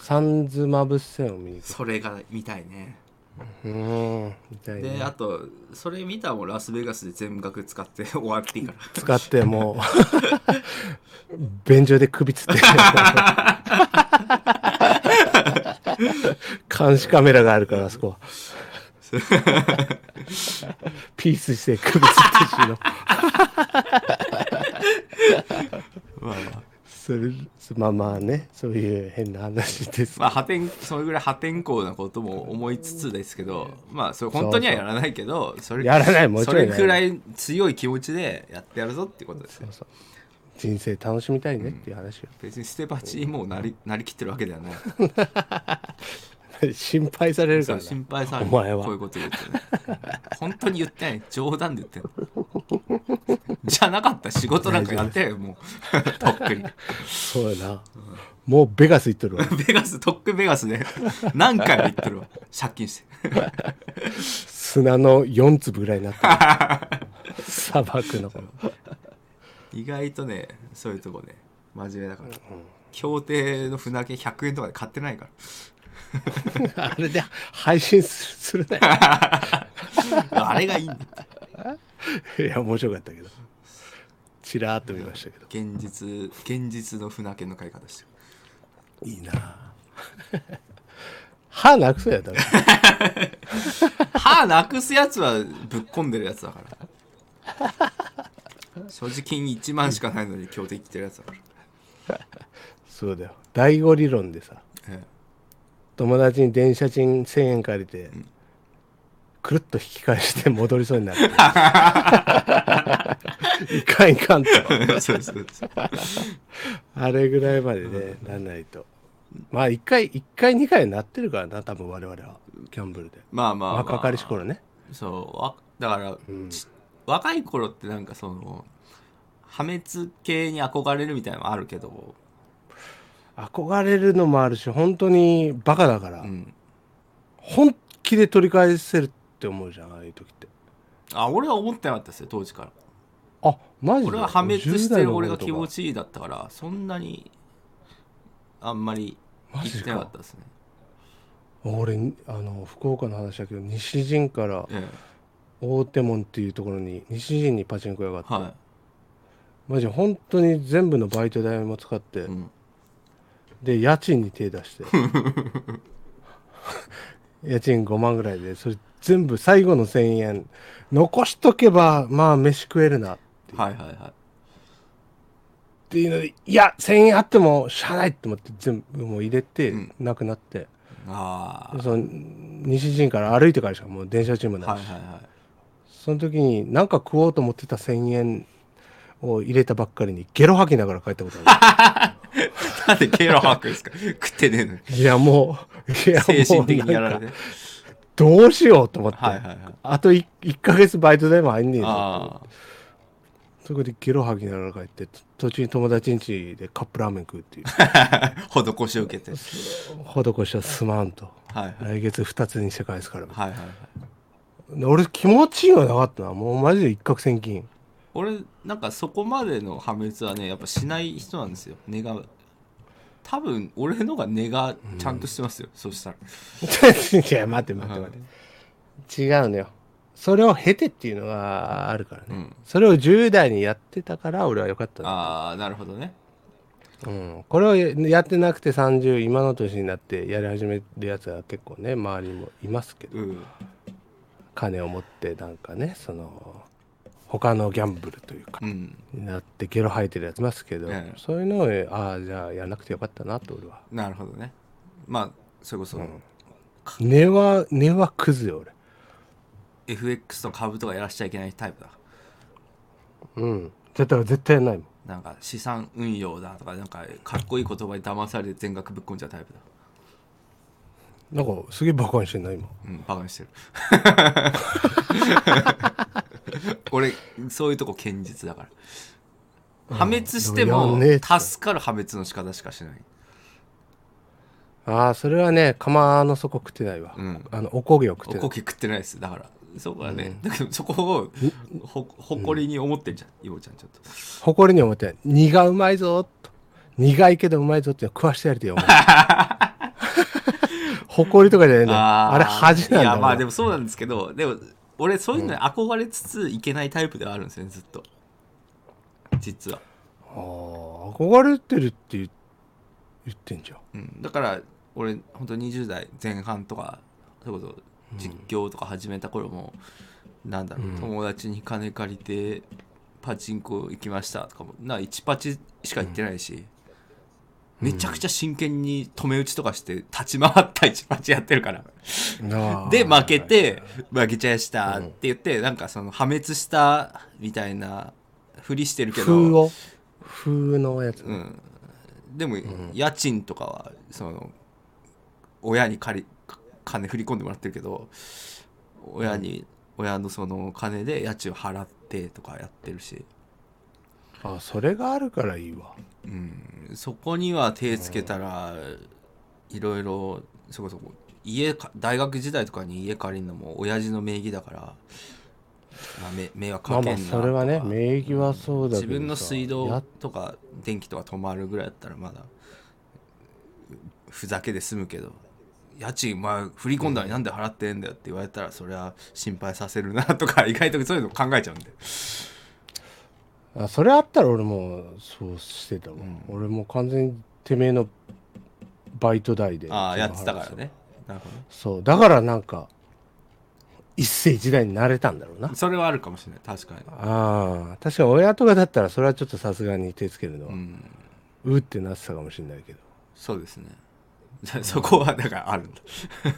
[SPEAKER 5] うサンズマブ戦を見に行
[SPEAKER 4] それが見たいね
[SPEAKER 5] くうーんみたい
[SPEAKER 4] で
[SPEAKER 5] ね
[SPEAKER 4] あとそれ見たらもうラスベガスで全額使って終わっていいから
[SPEAKER 5] 使ってもう便所で首つって *laughs* 監視カメラがあるからあそこはピースして首つって死の
[SPEAKER 4] まあ、まあ、
[SPEAKER 5] それまあまあねそういう変な話です
[SPEAKER 4] *laughs* まあ破天それぐらい破天荒なことも思いつつですけどまあそれ本当にはやらないけどそれ
[SPEAKER 5] やらないもちろんやらない
[SPEAKER 4] それくらい強い気持ちでやってやるぞってことですよ
[SPEAKER 5] そうそう人生楽しみたいねっていう話よ、 *laughs*
[SPEAKER 4] 別に捨て鉢にもうなりなりきってるわけではない
[SPEAKER 5] 心配されるか
[SPEAKER 4] そう
[SPEAKER 5] らな
[SPEAKER 4] 心配される
[SPEAKER 5] お前は
[SPEAKER 4] こういうこと言ってね本当に言ってない冗談で言ってないじゃなかったら仕事なんかやってやれよも *laughs* うとっくに
[SPEAKER 5] そうやな、もうベガス行っとるわ
[SPEAKER 4] ベガス、とっくにベガスね。何回も言ってるわ。借金して。
[SPEAKER 5] 砂の4粒ぐらいになったる *laughs* 砂漠の
[SPEAKER 4] 意外とね、そういうとこね、真面目だから。協定の船券100円とかで買ってないか
[SPEAKER 5] あれで配信するするな
[SPEAKER 4] ら。あれがいいんだって。
[SPEAKER 5] *laughs* よいや面白かったけどチラーっと見ましたけど
[SPEAKER 4] 現実、現実の船券の買い方してる。
[SPEAKER 5] いいな *laughs* 歯なくそうやった
[SPEAKER 4] 歯なくすやつはぶっ込んでるやつだから。所持金1万しかないのに協定来てるやつだから。
[SPEAKER 5] そうだよ第五理論でさ
[SPEAKER 4] え
[SPEAKER 5] 友達に電車賃1000円借りて、くるっと引き返して *laughs* 戻りそうに
[SPEAKER 4] *laughs*
[SPEAKER 5] なるいかんいかんと
[SPEAKER 4] え *laughs* そうそうそう。
[SPEAKER 5] あれぐらいまでね、なんないと。まあ、一回、一回、二回なってるからな、多分我々は、キャンブルで。
[SPEAKER 4] まあまあ、まあ。
[SPEAKER 5] 若かりし頃ね。
[SPEAKER 4] そうわだから、ち若い頃ってなんかその破滅系に憧れるみたいなのもあるけど、
[SPEAKER 5] 憧れるのもあるし、本当にバカだから、
[SPEAKER 4] うん、
[SPEAKER 5] 本気で取り返せるって思うじゃん、ああいう時って。
[SPEAKER 4] あ俺は思ってなかったですよ当時から
[SPEAKER 5] あ、マジで
[SPEAKER 4] 俺は破滅してる俺が気持
[SPEAKER 5] ち。
[SPEAKER 4] ちいいだったからそんなにあんまり
[SPEAKER 5] マ
[SPEAKER 4] 言
[SPEAKER 5] ジ
[SPEAKER 4] っ
[SPEAKER 5] か
[SPEAKER 4] てなかったですね
[SPEAKER 5] 俺、あの、福岡の話だけど、西陣から
[SPEAKER 4] え
[SPEAKER 5] 大手門っていうところに、西陣にパチンコ屋があっ
[SPEAKER 4] え
[SPEAKER 5] て、
[SPEAKER 4] は
[SPEAKER 5] マジで本当に全部のバイト代も使って、
[SPEAKER 4] い、うん、
[SPEAKER 5] で家賃に手出して
[SPEAKER 4] *laughs*
[SPEAKER 5] 家賃5万ぐらいでそれ全部最後の1,000円残しとけばまあ飯食えるなっ
[SPEAKER 4] はいはいは
[SPEAKER 5] ていうのでいや1,000円あってもしゃあないって思って全部もう入れて
[SPEAKER 4] うん
[SPEAKER 5] なくなって、
[SPEAKER 4] いあ
[SPEAKER 5] その西陣から歩いてからしかもう電車チーム
[SPEAKER 4] あ
[SPEAKER 5] ないし、
[SPEAKER 4] はいはいはい *laughs*
[SPEAKER 5] その時に何か食おうと思ってた1,000円を入れたばっかりにゲロ吐きながら帰ったことあ
[SPEAKER 4] なんでゲロ吐くんですか *laughs* 食ってねえのに
[SPEAKER 5] るいやもういやもう
[SPEAKER 4] 精神的にやられ
[SPEAKER 5] なんか
[SPEAKER 4] て
[SPEAKER 5] どうしようと思って、
[SPEAKER 4] はいはいはい
[SPEAKER 5] あと 1, ヶ月バイト代も入んねえぞ
[SPEAKER 4] ああ
[SPEAKER 5] そこでゲロ吐きながら帰ってと途中に友達ん家でカップラーメン食うって
[SPEAKER 4] *laughs*
[SPEAKER 5] いう
[SPEAKER 4] 施しを受けてはい
[SPEAKER 5] 施しはすまんと
[SPEAKER 4] はい
[SPEAKER 5] 来月2つにして返すから
[SPEAKER 4] はいはいはい
[SPEAKER 5] で俺気持ちいいのなかったなもうマジで一攫千金 *laughs*
[SPEAKER 4] 俺なんかそこまでの破滅はねやっぱしない人なんですよ根が多分俺のが根がちゃんとしてますよ、そうしたら
[SPEAKER 5] いや待って待って待って、違うのよそれを経てっていうのがあるからね、
[SPEAKER 4] うん
[SPEAKER 5] それを10代にやってたから俺は良かったな
[SPEAKER 4] ああなるほどね
[SPEAKER 5] うん、これをやってなくて30今の年になってやり始めるやつは結構ね周りにもいますけど
[SPEAKER 4] うん
[SPEAKER 5] 金を持ってなんかねその他のギャンブルというか
[SPEAKER 4] う、ん
[SPEAKER 5] やってゲロ吐いてるやついますけど、
[SPEAKER 4] ええ
[SPEAKER 5] そういうのをえああじゃあやらなくてよかったなと俺は
[SPEAKER 4] なるほどねまあそれこそ
[SPEAKER 5] 根は根はクズよ俺
[SPEAKER 4] FX と株とかやらしちゃいけないタイプだ
[SPEAKER 5] うんだから絶対やんないもん
[SPEAKER 4] なんか資産運用だとかなんかかっこいい言葉に騙されて全額ぶっ込んじゃうタイプだ
[SPEAKER 5] なんかすげえバカにしてんない今
[SPEAKER 4] うんバカにしてる *laughs* 俺そういうとこ堅実だから破滅して
[SPEAKER 5] う
[SPEAKER 4] も
[SPEAKER 5] んでもやんねえって
[SPEAKER 4] 助かる破滅の仕方しかしない
[SPEAKER 5] ああそれはね釜の底食ってないわ、
[SPEAKER 4] うん
[SPEAKER 5] あのおこげを食って
[SPEAKER 4] お
[SPEAKER 5] ない
[SPEAKER 4] こけ食ってないですだからそこはね、だけどそこをほ誇りに思ってんじゃん、イボちゃんちょっと
[SPEAKER 5] 誇りに思ってない荷がうまいぞと苦いけどうまいぞって食わしてやり
[SPEAKER 4] *laughs*
[SPEAKER 5] てよお前誇りとかじゃないんだよあ
[SPEAKER 4] ー
[SPEAKER 5] れ恥なんだ
[SPEAKER 4] いやまあ
[SPEAKER 5] 俺
[SPEAKER 4] でもそうなんですけどでも俺そういうのに憧れつついけないタイプではあるんですよねずっと実は、
[SPEAKER 5] あー憧れてるって言う言ってんじゃん
[SPEAKER 4] うん、だから俺本当20代前半とかそういうこと実況とか始めた頃も、なんだろう、友達に金借りてパチンコ行きましたとかもな1パチしか行ってないし、めちゃくちゃ真剣に止め打ちとかして立ち回った1パチやってるから。
[SPEAKER 5] なあ
[SPEAKER 4] で負けて負けちゃいましたって言って、なんかその破滅したみたいなふりしてるけ
[SPEAKER 5] 風
[SPEAKER 4] ど、
[SPEAKER 5] を風のやつ、
[SPEAKER 4] うん、でも家賃とかはその親に借り金振り込んでもらってるけど親に、親のその金で家賃を払ってとかやってるし、
[SPEAKER 5] あそれがあるからいいわ
[SPEAKER 4] うん、そこには手つけたらいろいろそこそこ家か大学時代とかに家借りるのも親父の名義だから、まあ、め迷惑
[SPEAKER 5] まあ
[SPEAKER 4] か
[SPEAKER 5] ま
[SPEAKER 4] けん
[SPEAKER 5] あ
[SPEAKER 4] なとか、
[SPEAKER 5] それはね名義はそうだけど
[SPEAKER 4] 自
[SPEAKER 5] さ
[SPEAKER 4] 分の水
[SPEAKER 5] や
[SPEAKER 4] 道
[SPEAKER 5] っ
[SPEAKER 4] とか電気とか止まるぐらいだったらまだふざけで済むけど家賃まあ振り込んだのになんで払ってんだよって言われたらそれは心配させるなとか意外とそういうの考えちゃうん
[SPEAKER 5] *laughs*
[SPEAKER 4] で
[SPEAKER 5] あそれあったら俺もそうしてたわ、俺もう完全にてめえのバイト代で
[SPEAKER 4] ああやってたからねなるほどね
[SPEAKER 5] そうだからなんか一世一代になれたんだろうな
[SPEAKER 4] それはあるかもしれない確かに
[SPEAKER 5] ああ確かに親とかだったらそれはちょっとさすがに手つけるのは、う
[SPEAKER 4] うん
[SPEAKER 5] うってなってたかもしれないけど
[SPEAKER 4] そうですね。じゃ *laughs* あそこはだからあるんだ。
[SPEAKER 5] あ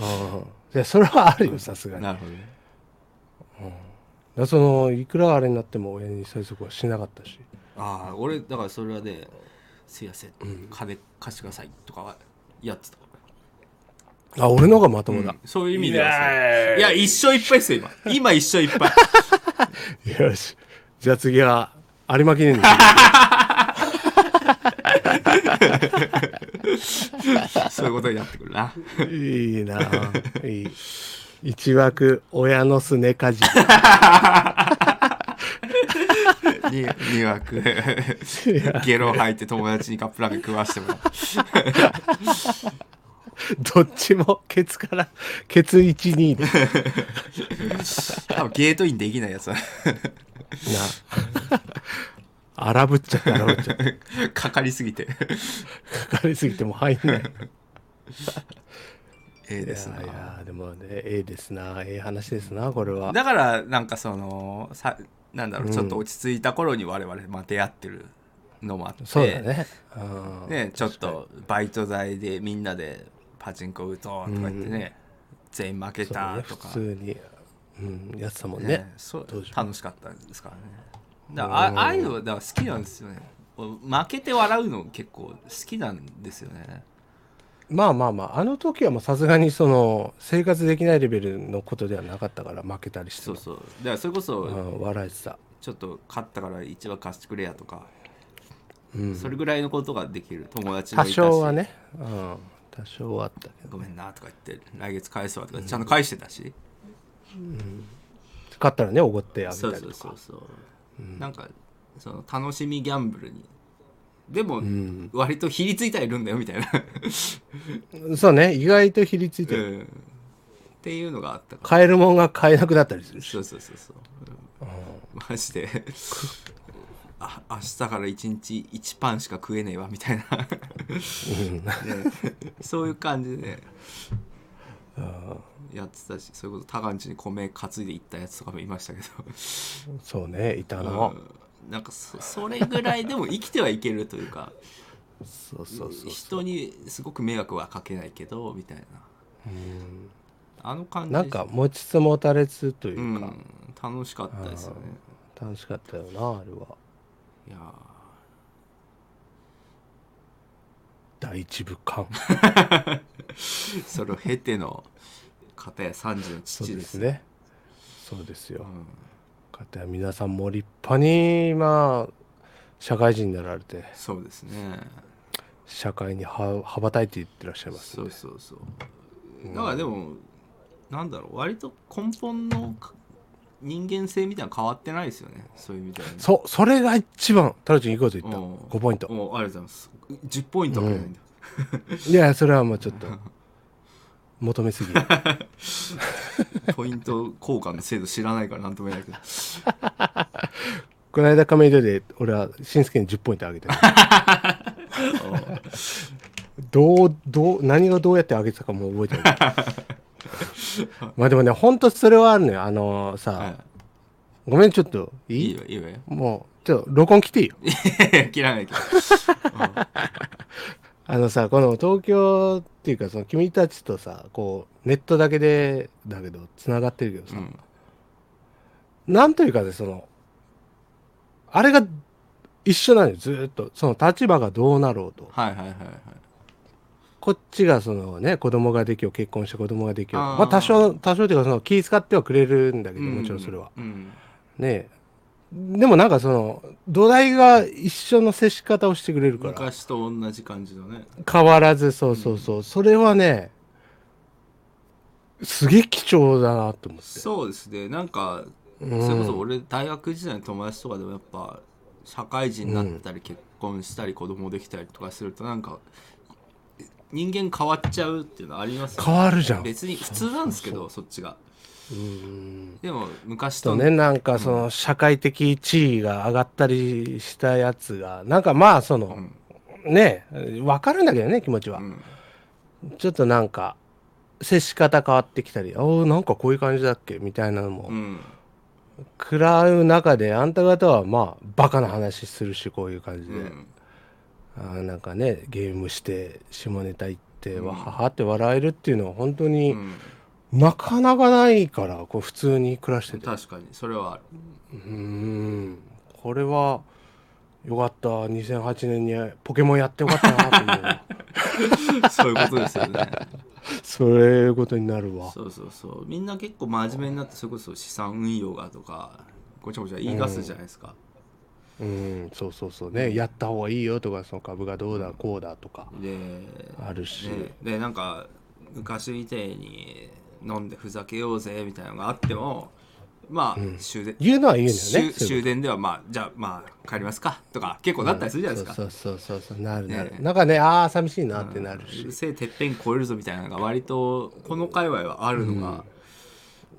[SPEAKER 5] あいやそれはあるよさすがに
[SPEAKER 4] なるほどね。
[SPEAKER 5] だからそのいくらあれになっても親に催促はしなかったし
[SPEAKER 4] ああ、俺だからそれはね、すいません、金貸してくださいとかはやってた。
[SPEAKER 5] あ俺の方がまともだ、
[SPEAKER 4] そういう意味ではそういや、一生いっぱいですよ、今。今一生いっぱい。 *laughs*
[SPEAKER 5] よし。じゃあ次は、有馬記念に。
[SPEAKER 4] そういうことになってくる
[SPEAKER 5] *laughs*
[SPEAKER 4] な。
[SPEAKER 5] *laughs* いいなぁいい。一枠、親のすねかじ *laughs* り。
[SPEAKER 4] に迷惑。ゲロ吐いて友達にカップラーメン食わしてもらう。
[SPEAKER 5] どっちも、ケツから、ケツ1、2で。な
[SPEAKER 4] 多分ゲートインできないやつだ
[SPEAKER 5] *laughs* 荒ぶっちゃって、荒ぶっちゃって。
[SPEAKER 4] かかりすぎて。
[SPEAKER 5] かかりすぎてもう入んな
[SPEAKER 4] え
[SPEAKER 5] い。
[SPEAKER 4] え
[SPEAKER 5] いや
[SPEAKER 4] ですね
[SPEAKER 5] い。やでもね、ええですなええ話ですなこれは。
[SPEAKER 4] だからなんかそのさなんだろうちょっと落ち着いた頃に我々まあ出会ってるのもあって
[SPEAKER 5] そうだね。うん
[SPEAKER 4] ねちょっとバイト代でみんなでパチンコ打とうとか言ってね、全員負け
[SPEAKER 5] そう
[SPEAKER 4] た
[SPEAKER 5] ね
[SPEAKER 4] と
[SPEAKER 5] 普
[SPEAKER 4] か
[SPEAKER 5] 通に、うん、やってたもん
[SPEAKER 4] ね
[SPEAKER 5] ね。
[SPEAKER 4] そう
[SPEAKER 5] 当時も
[SPEAKER 4] 楽しかったですからねだからあああいうのはだから好きなんですよね負けて笑うの結構好きなんですよね
[SPEAKER 5] まあまあまああの時はもうさすがにその生活できないレベルのことではなかったから負けたりして
[SPEAKER 4] そう
[SPEAKER 5] も
[SPEAKER 4] そうだからそれこ
[SPEAKER 5] う
[SPEAKER 4] そ
[SPEAKER 5] ん、笑えてた
[SPEAKER 4] ちょっと勝ったから一番貸してくれやとか、
[SPEAKER 5] うん
[SPEAKER 4] それぐらいのことができる友達も
[SPEAKER 5] 多
[SPEAKER 4] いたし
[SPEAKER 5] 少はね、うん、多少はあったけど
[SPEAKER 4] ごめんなとか言って来月返すわとかちゃんと返してたし、
[SPEAKER 5] 勝ったらねおごってあげた
[SPEAKER 4] そう
[SPEAKER 5] りと
[SPEAKER 4] そう
[SPEAKER 5] か
[SPEAKER 4] そうそう、なんかその楽しみギャンブルにでも、割とひりついたりいるんだよみたいな、
[SPEAKER 5] そうね意外とひりついてる、
[SPEAKER 4] うんっていうのがあったから
[SPEAKER 5] 買えるもんが買えなくなったりするし
[SPEAKER 4] そうそうそうそう、うんマジであ明日から一日一パンしか食えねえわみたいな、ねそういう感じで、やってたしそれこそタガンチに米担いで行ったやつとかもいましたけど
[SPEAKER 5] そうね、いたの。
[SPEAKER 4] うんなんかそそれぐらいでも生きてはいけるというか
[SPEAKER 5] そうそうそうそう。
[SPEAKER 4] 人にすごく迷惑はかけないけどみたいな
[SPEAKER 5] うん
[SPEAKER 4] あの感じ
[SPEAKER 5] なんか持ちつ持たれつといううか、
[SPEAKER 4] ん楽しかったですよね
[SPEAKER 5] 楽しかったよな、あれは。
[SPEAKER 4] いやー
[SPEAKER 5] 第一部
[SPEAKER 4] *laughs*
[SPEAKER 5] 感。
[SPEAKER 4] それを経ての片や3時の
[SPEAKER 5] そう
[SPEAKER 4] 父
[SPEAKER 5] で
[SPEAKER 4] ですすね。
[SPEAKER 5] ね。そうです
[SPEAKER 4] う。
[SPEAKER 5] よ
[SPEAKER 4] ん
[SPEAKER 5] かたや皆さんも立派に、まあ、社会人になられて、
[SPEAKER 4] そうですね。
[SPEAKER 5] 社会には羽ばたいていってらっしゃいます
[SPEAKER 4] そ
[SPEAKER 5] ん
[SPEAKER 4] う
[SPEAKER 5] で。
[SPEAKER 4] そうそう。だからでも、なんだろう、割と根本のか人間性みたいなの変わってないですよね。そういう意味ではね。
[SPEAKER 5] そう、それが一番、太郎ちゃんいいこと言った。
[SPEAKER 4] うん
[SPEAKER 5] 5ポイント。
[SPEAKER 4] おありがとうございます。10ポイントくれないんだ。
[SPEAKER 5] いや、それはもうちょっ
[SPEAKER 4] *laughs*
[SPEAKER 5] と、求めすぎる。
[SPEAKER 4] ポイント交換の制度知らないからなんとも言えないけど。
[SPEAKER 5] この間亀戸で俺はしんすけに10ポイントあげてる *laughs* どうどう何がどうやってあげてたかもう覚えてないまあでもねほんとそれはあるのよあのさ、
[SPEAKER 4] は
[SPEAKER 5] ごめんちょっとい
[SPEAKER 4] い、
[SPEAKER 5] い
[SPEAKER 4] いいよ、いいよ。 *laughs*
[SPEAKER 5] もうちょっと録音来ていいよ
[SPEAKER 4] 切らないけど。
[SPEAKER 5] あのさこの東京っていうかその君たちとさこうネットだけでだけどつながってるけど
[SPEAKER 4] う
[SPEAKER 5] さ、
[SPEAKER 4] ん、
[SPEAKER 5] なんというかねそのあれが一緒なのよずーっとその立場がどうなろうと
[SPEAKER 4] はいはいはいはい。
[SPEAKER 5] こっちがそのね子供ができよう結婚して子供ができよう
[SPEAKER 4] あー
[SPEAKER 5] まあ多少多少というかその気使ってはくれるんだけど
[SPEAKER 4] う
[SPEAKER 5] もちろんそれは、。
[SPEAKER 4] うん。
[SPEAKER 5] ねえでもなんかその土台が一緒の接し方をしてくれるから
[SPEAKER 4] 昔と同じ感じのね。
[SPEAKER 5] 変わらずそうそうそう、それはねすげえ貴重だなと思って
[SPEAKER 4] そうですね。なんか、
[SPEAKER 5] うん
[SPEAKER 4] それこそ俺大学時代の友達とかでもやっぱ社会人になったり結婚したり子供できたりとかするとなんか人間変わっちゃうっていうのありますよね
[SPEAKER 5] 変わるじゃん
[SPEAKER 4] 別に普通なんですけどそっちが
[SPEAKER 5] うん
[SPEAKER 4] でも昔
[SPEAKER 5] と
[SPEAKER 4] と
[SPEAKER 5] ねなんかその社会的地位が上がったりしたやつがなんかまあその、
[SPEAKER 4] ん
[SPEAKER 5] ねえ分かるんだけどね気持ちは
[SPEAKER 4] う、ん
[SPEAKER 5] ちょっとなんか接し方変わってきたり「おーなんかこういう感じだっけ?」みたいなのも
[SPEAKER 4] うん
[SPEAKER 5] 食らう中であんた方はまあバカな話するしこういう感じ
[SPEAKER 4] う
[SPEAKER 5] で、
[SPEAKER 4] ん
[SPEAKER 5] あーなんかねゲームして下ネタ言って、
[SPEAKER 4] うん
[SPEAKER 5] わははって笑えるっていうのは本当
[SPEAKER 4] う
[SPEAKER 5] に
[SPEAKER 4] ん
[SPEAKER 5] なかなかないからこう普通に暮らしててう
[SPEAKER 4] 確かにそれはある *laughs*
[SPEAKER 5] ーんこれはよかった2008年にポケモンやってよかったなっていう
[SPEAKER 4] そういうことですよね *laughs*
[SPEAKER 5] そういうことになるわ
[SPEAKER 4] そうそうそうみんな結構真面目になってそれこそ資産運用がとかごちゃごちゃ言い出すじゃないですか
[SPEAKER 5] うん、そうそうそうね、やった方がいいよとか、その株がどうだ、こうだとか、
[SPEAKER 4] で
[SPEAKER 5] あるし、
[SPEAKER 4] ね、でなんか昔みたいに飲んでふざけようぜみたいなのがあってもまあ、終電
[SPEAKER 5] 言うのは言うんだよね
[SPEAKER 4] 終。終電ではまあじゃあまあ帰りますかとか結構だったりするじゃないですか、
[SPEAKER 5] そうそうそうそうそう、なるなる。
[SPEAKER 4] ね
[SPEAKER 5] なんかね、ああ、寂しいなってなる
[SPEAKER 4] う
[SPEAKER 5] し、
[SPEAKER 4] るせえてっぺん超えるぞみたいなのが割とこの界隈はあるのが、